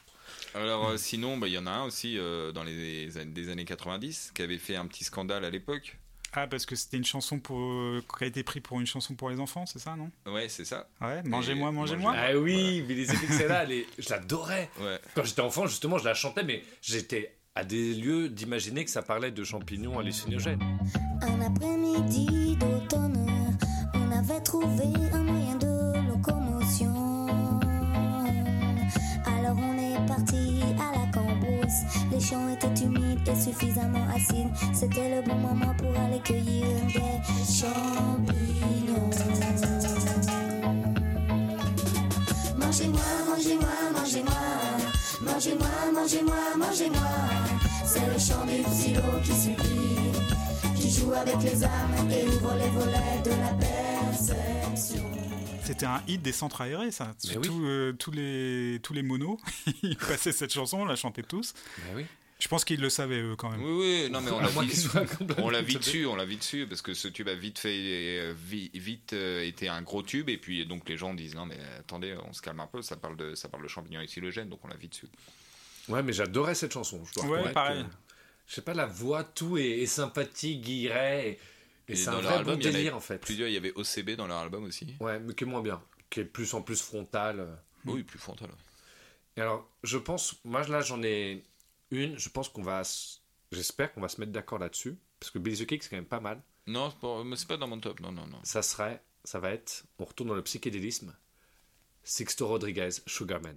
[SPEAKER 5] Alors euh, sinon, bah, il y en a un aussi euh, dans les années, des années 90 qui avait fait un petit scandale à l'époque.
[SPEAKER 3] Ah, parce que c'était une chanson pour. euh, qui a été pris pour une chanson pour les enfants, c'est ça, non
[SPEAKER 5] Ouais, c'est ça.
[SPEAKER 3] Ouais, mangez-moi,
[SPEAKER 5] Et-
[SPEAKER 3] mangez-moi.
[SPEAKER 4] Ah oui, mais les effets que c'est là, elle est- je l'adorais.
[SPEAKER 5] Ouais.
[SPEAKER 4] Quand j'étais enfant, justement, je la chantais, mais j'étais à des lieux d'imaginer que ça parlait de champignons hallucinogènes.
[SPEAKER 15] Un après-midi d'automne, on avait trouvé un moyen de locomotion. Alors on est parti à la cambrousse. Les champs étaient humides et suffisamment acides. C'était le bon moment pour aller cueillir des champignons. Mangez-moi, mangez-moi, mangez-moi. Mangez-moi, mangez-moi, mangez-moi. C'est le chant des silos qui suffit. Qui joue avec les âmes et ouvre les volets de la perception.
[SPEAKER 3] C'était un hit des centres aérés, ça.
[SPEAKER 4] Mais
[SPEAKER 3] Tous- euh, tous, les, tous les monos, ils passaient cette chanson, on la chantait tous.
[SPEAKER 4] oui.
[SPEAKER 3] Je pense qu'ils le savaient, eux, quand même.
[SPEAKER 5] Bah Oui, oui, non, mais on l'a
[SPEAKER 3] vu
[SPEAKER 5] vite, on l'a vite dessus, on l'a vite dessus, parce que ce tube a vite fait, euh, vi- vite euh, été un gros tube, et puis donc les gens disent non, mais attendez, on se calme un peu, ça parle de, ça parle de champignons exilogènes, donc on l'a vite dessus.
[SPEAKER 4] Ouais, mais j'adorais cette chanson. Je dois
[SPEAKER 5] Ouais,
[SPEAKER 4] reconnaître
[SPEAKER 5] pareil.
[SPEAKER 4] que- je sais pas, la voix, tout est, est sympathique, guiret. Et, et c'est
[SPEAKER 5] dans
[SPEAKER 4] un
[SPEAKER 5] leur
[SPEAKER 4] vrai bon
[SPEAKER 5] album, il y en avait
[SPEAKER 4] délire, en fait.
[SPEAKER 5] Plusieurs, il y avait OCB dans leur album aussi.
[SPEAKER 4] Ouais, mais qui est moins bien. Qui est plus en plus frontal.
[SPEAKER 5] Oui, plus frontal.
[SPEAKER 4] Et alors, je pense, moi là, j'en ai une. Je pense qu'on va, s- j'espère qu'on va se mettre d'accord là-dessus, parce que Billy the Kick c'est quand même pas mal.
[SPEAKER 5] Non, c'est pas, mais c'est pas dans mon top, non, non, non.
[SPEAKER 4] Ça serait, ça va être, on retourne dans le psychédélisme. Sixto Rodriguez, Sugarman.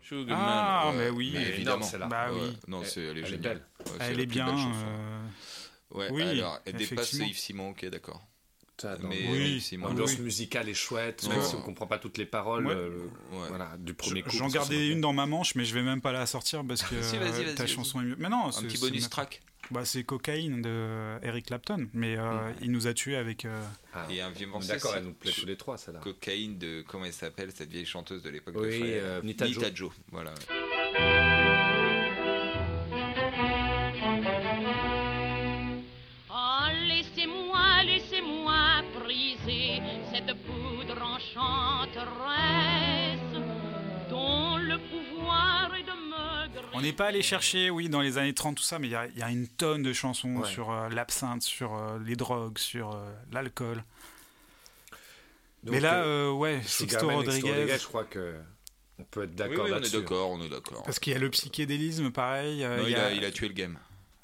[SPEAKER 4] Sugarman.
[SPEAKER 3] Ah,
[SPEAKER 5] Ouais,
[SPEAKER 3] mais oui.
[SPEAKER 5] mais évidemment. Ah
[SPEAKER 4] celle-là.
[SPEAKER 3] Bah
[SPEAKER 5] Ouais.
[SPEAKER 3] oui.
[SPEAKER 5] Non, c'est, elle est
[SPEAKER 4] Elle est
[SPEAKER 5] géniale.
[SPEAKER 4] belle.
[SPEAKER 5] Ouais, c'est
[SPEAKER 3] Elle
[SPEAKER 5] la
[SPEAKER 3] est
[SPEAKER 5] plus
[SPEAKER 3] bien.
[SPEAKER 5] belle chanson.
[SPEAKER 3] euh,
[SPEAKER 5] Ouais,
[SPEAKER 3] oui,
[SPEAKER 5] alors, elle dépasse
[SPEAKER 3] effectivement.
[SPEAKER 5] Yves Simon, ok, d'accord.
[SPEAKER 4] Ça, dans-
[SPEAKER 5] Mais
[SPEAKER 3] Oui,
[SPEAKER 5] Yves Simon.
[SPEAKER 4] L'ambiance
[SPEAKER 3] Oui.
[SPEAKER 4] musicale est chouette,
[SPEAKER 5] Ouais.
[SPEAKER 4] même si on comprend pas toutes les paroles
[SPEAKER 3] Ouais.
[SPEAKER 4] euh, voilà, du premier coup.
[SPEAKER 3] J'en
[SPEAKER 4] parce que
[SPEAKER 3] gardais
[SPEAKER 4] c'est-
[SPEAKER 3] une dans ma manche, mais je vais même pas la sortir parce que
[SPEAKER 5] Si, vas-y,
[SPEAKER 3] euh,
[SPEAKER 5] vas-y,
[SPEAKER 3] ta
[SPEAKER 5] vas-y.
[SPEAKER 3] chanson est mieux. Mais non,
[SPEAKER 5] Un
[SPEAKER 3] c'est-
[SPEAKER 5] petit
[SPEAKER 3] c'est
[SPEAKER 5] bonus
[SPEAKER 3] ma-
[SPEAKER 5] track.
[SPEAKER 3] Bah, c'est Cocaine de euh, Eric Clapton, mais euh, il nous a tués avec. euh,
[SPEAKER 4] Ah.
[SPEAKER 5] Et un vieux morceau.
[SPEAKER 4] D'accord,
[SPEAKER 5] c'est
[SPEAKER 4] elle nous plaît tous les trois, celle-là.
[SPEAKER 5] Cocaïne de. Comment elle s'appelle cette vieille chanteuse de l'époque de
[SPEAKER 4] Oui,
[SPEAKER 5] Fred
[SPEAKER 4] euh, Nita Jo.
[SPEAKER 5] Jo, Voilà.
[SPEAKER 16] Oh, laissez-moi, laissez-moi briser cette poudre enchanteresse dont le pouvoir est de me
[SPEAKER 3] On n'est pas allé chercher, oui, dans les années 30, tout ça, mais il y a- il y, a une tonne de chansons
[SPEAKER 4] Ouais.
[SPEAKER 3] sur euh, l'absinthe, sur euh, les drogues, sur euh, l'alcool.
[SPEAKER 4] Donc,
[SPEAKER 3] mais là,
[SPEAKER 4] euh,
[SPEAKER 3] euh, ouais,
[SPEAKER 4] Sugar
[SPEAKER 3] Sixto
[SPEAKER 4] Man,
[SPEAKER 3] Rodriguez.
[SPEAKER 4] je crois que on peut être
[SPEAKER 5] Oui,
[SPEAKER 4] d'accord
[SPEAKER 5] oui, on est
[SPEAKER 4] là-dessus.
[SPEAKER 5] d'accord, on est d'accord.
[SPEAKER 3] Parce qu'il y a le psychédélisme, pareil. euh,
[SPEAKER 5] Non,
[SPEAKER 3] il, y
[SPEAKER 5] il,
[SPEAKER 3] a,
[SPEAKER 5] a, il a tué le game.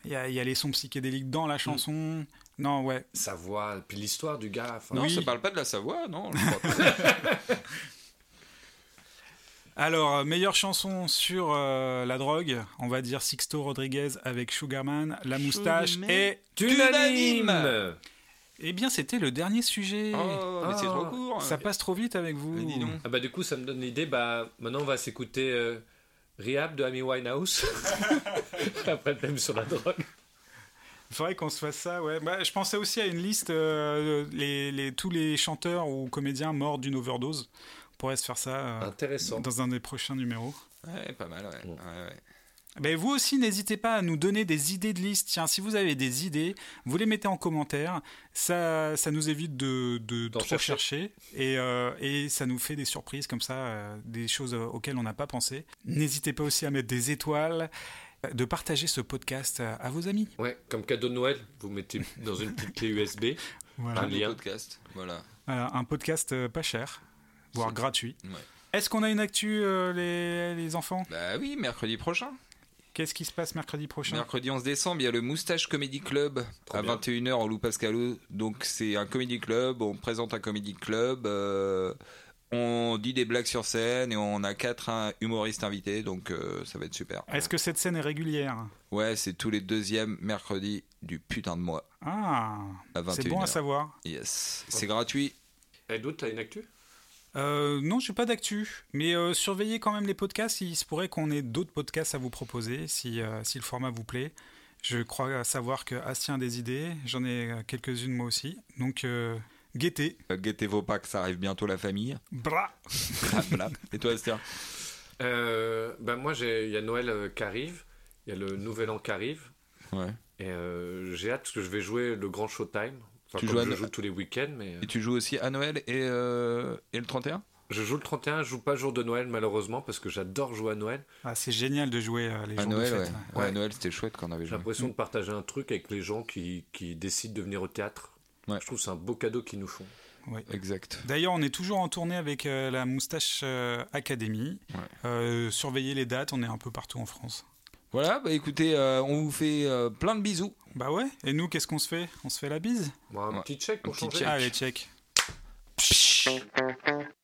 [SPEAKER 3] il y a- il y a les sons psychédéliques dans la chanson. Non, ouais.
[SPEAKER 4] Sa voix, puis l'histoire du gars. enfin-
[SPEAKER 5] Non,
[SPEAKER 3] Oui.
[SPEAKER 5] ça parle pas de la Savoie, non je crois pas.
[SPEAKER 3] Alors, euh, meilleure chanson sur euh, la drogue, on va dire Sixto Rodriguez avec Sugarman, La Moustache
[SPEAKER 5] Sugarman.
[SPEAKER 3] et
[SPEAKER 4] Unanime
[SPEAKER 3] Eh bien, c'était le dernier sujet.
[SPEAKER 5] Oh, mais c'est
[SPEAKER 4] Ah.
[SPEAKER 5] trop court.
[SPEAKER 3] Ça passe trop vite avec vous.
[SPEAKER 5] Mais dis donc.
[SPEAKER 4] Ah bah du coup, ça me donne l'idée. Bah maintenant, on va s'écouter euh, Rehab de Amy Winehouse. Après le thème sur la drogue.
[SPEAKER 3] Il faudrait qu'on se fasse ça, ouais. Bah, je pensais aussi à une liste, euh, les, les- tous les chanteurs ou comédiens morts d'une overdose. On pourrait se faire
[SPEAKER 5] Ah.
[SPEAKER 3] ça euh,
[SPEAKER 4] Intéressant.
[SPEAKER 3] dans un des prochains numéros.
[SPEAKER 5] Ouais, pas mal, ouais. Ouais, ouais.
[SPEAKER 3] Ben, vous aussi, n'hésitez pas à nous donner des idées de listes. Tiens, si vous avez des idées, vous les mettez en commentaire. Ça, ça nous évite de, de
[SPEAKER 4] D'en
[SPEAKER 3] trop chercher. Et, euh, et ça nous fait des surprises comme ça, euh, des choses euh, auxquelles on n'a pas pensé. N'hésitez pas aussi à mettre des étoiles, euh, de partager ce podcast euh, à vos amis.
[SPEAKER 4] Ouais, comme cadeau de Noël, vous mettez dans une petite clé USB
[SPEAKER 3] Voilà.
[SPEAKER 4] un
[SPEAKER 5] Les
[SPEAKER 4] lien.
[SPEAKER 5] podcasts, voilà.
[SPEAKER 3] Voilà, un podcast euh, pas cher, voire gratuit.
[SPEAKER 5] Ouais.
[SPEAKER 3] Est-ce qu'on a une actu, euh, les, les enfants
[SPEAKER 5] Bah oui, mercredi prochain.
[SPEAKER 3] Qu'est-ce qui se passe mercredi prochain
[SPEAKER 5] Mercredi 11 décembre, il y a le Moustache Comedy Club à 21h au Lou Pascalo. Donc c'est un comedy club, on présente un comedy club, euh, on dit des blagues sur scène et on a quatre hein, humoristes invités, donc euh, ça va être super.
[SPEAKER 3] Est-ce que cette scène est régulière
[SPEAKER 5] Ouais, c'est tous les deuxièmes mercredis du putain de mois
[SPEAKER 3] Ah,
[SPEAKER 5] à 21h.
[SPEAKER 3] c'est bon à savoir.
[SPEAKER 5] Yes, c'est gratuit.
[SPEAKER 4] Et d'autres, t'as une actu
[SPEAKER 3] Euh, non, j'ai pas d'actu, mais euh, surveillez quand même les podcasts. Il se pourrait qu'on ait d'autres podcasts à vous proposer si, euh, si le format vous plaît. Je crois savoir que Astien a des idées, j'en ai euh, quelques-unes moi aussi. Donc, euh, guettez.
[SPEAKER 5] Euh, Guettez vos packs, ça arrive bientôt la famille.
[SPEAKER 3] Bra
[SPEAKER 5] Bla, bla. Et toi, Esther
[SPEAKER 4] Euh, bah, moi, j'ai- il y a Noël euh, qui arrive, il y a le Nouvel An qui arrive,
[SPEAKER 5] Ouais.
[SPEAKER 4] et euh, j'ai hâte parce que je vais jouer le Grand Showtime. Enfin,
[SPEAKER 5] Tu
[SPEAKER 4] comme
[SPEAKER 5] joues à
[SPEAKER 4] je
[SPEAKER 5] No-
[SPEAKER 4] joue tous les week-ends, mais euh,
[SPEAKER 5] Et tu joues aussi à Noël et, euh, et le 31
[SPEAKER 4] je joue le 31, je joue pas jour de Noël malheureusement parce que j'adore jouer à Noël.
[SPEAKER 3] Ah, c'est génial de jouer euh, les
[SPEAKER 5] À
[SPEAKER 3] jours
[SPEAKER 5] Noël,
[SPEAKER 3] de
[SPEAKER 5] ouais.
[SPEAKER 3] fête.
[SPEAKER 5] Ouais,
[SPEAKER 4] Ouais.
[SPEAKER 5] à Noël, c'était chouette quand on avait
[SPEAKER 4] J'ai
[SPEAKER 5] joué.
[SPEAKER 4] l'impression de partager un truc avec les gens qui, qui décident de venir au théâtre.
[SPEAKER 5] Ouais.
[SPEAKER 4] Je trouve que c'est un beau cadeau qu'ils nous font.
[SPEAKER 3] Ouais.
[SPEAKER 5] Exact.
[SPEAKER 3] D'ailleurs, on est toujours en tournée avec euh, la Moustache euh, Academy.
[SPEAKER 5] Ouais.
[SPEAKER 3] Euh, surveillez les dates, on est un peu partout en France.
[SPEAKER 5] Voilà, bah écoutez, euh, on vous fait euh, plein de bisous.
[SPEAKER 3] Bah ouais, et nous, qu'est-ce qu'on se fait On se fait la bise
[SPEAKER 4] Bon, un
[SPEAKER 5] Ouais.
[SPEAKER 4] petit check pour
[SPEAKER 5] Un petit
[SPEAKER 4] changer.
[SPEAKER 5] check.
[SPEAKER 3] Allez, check.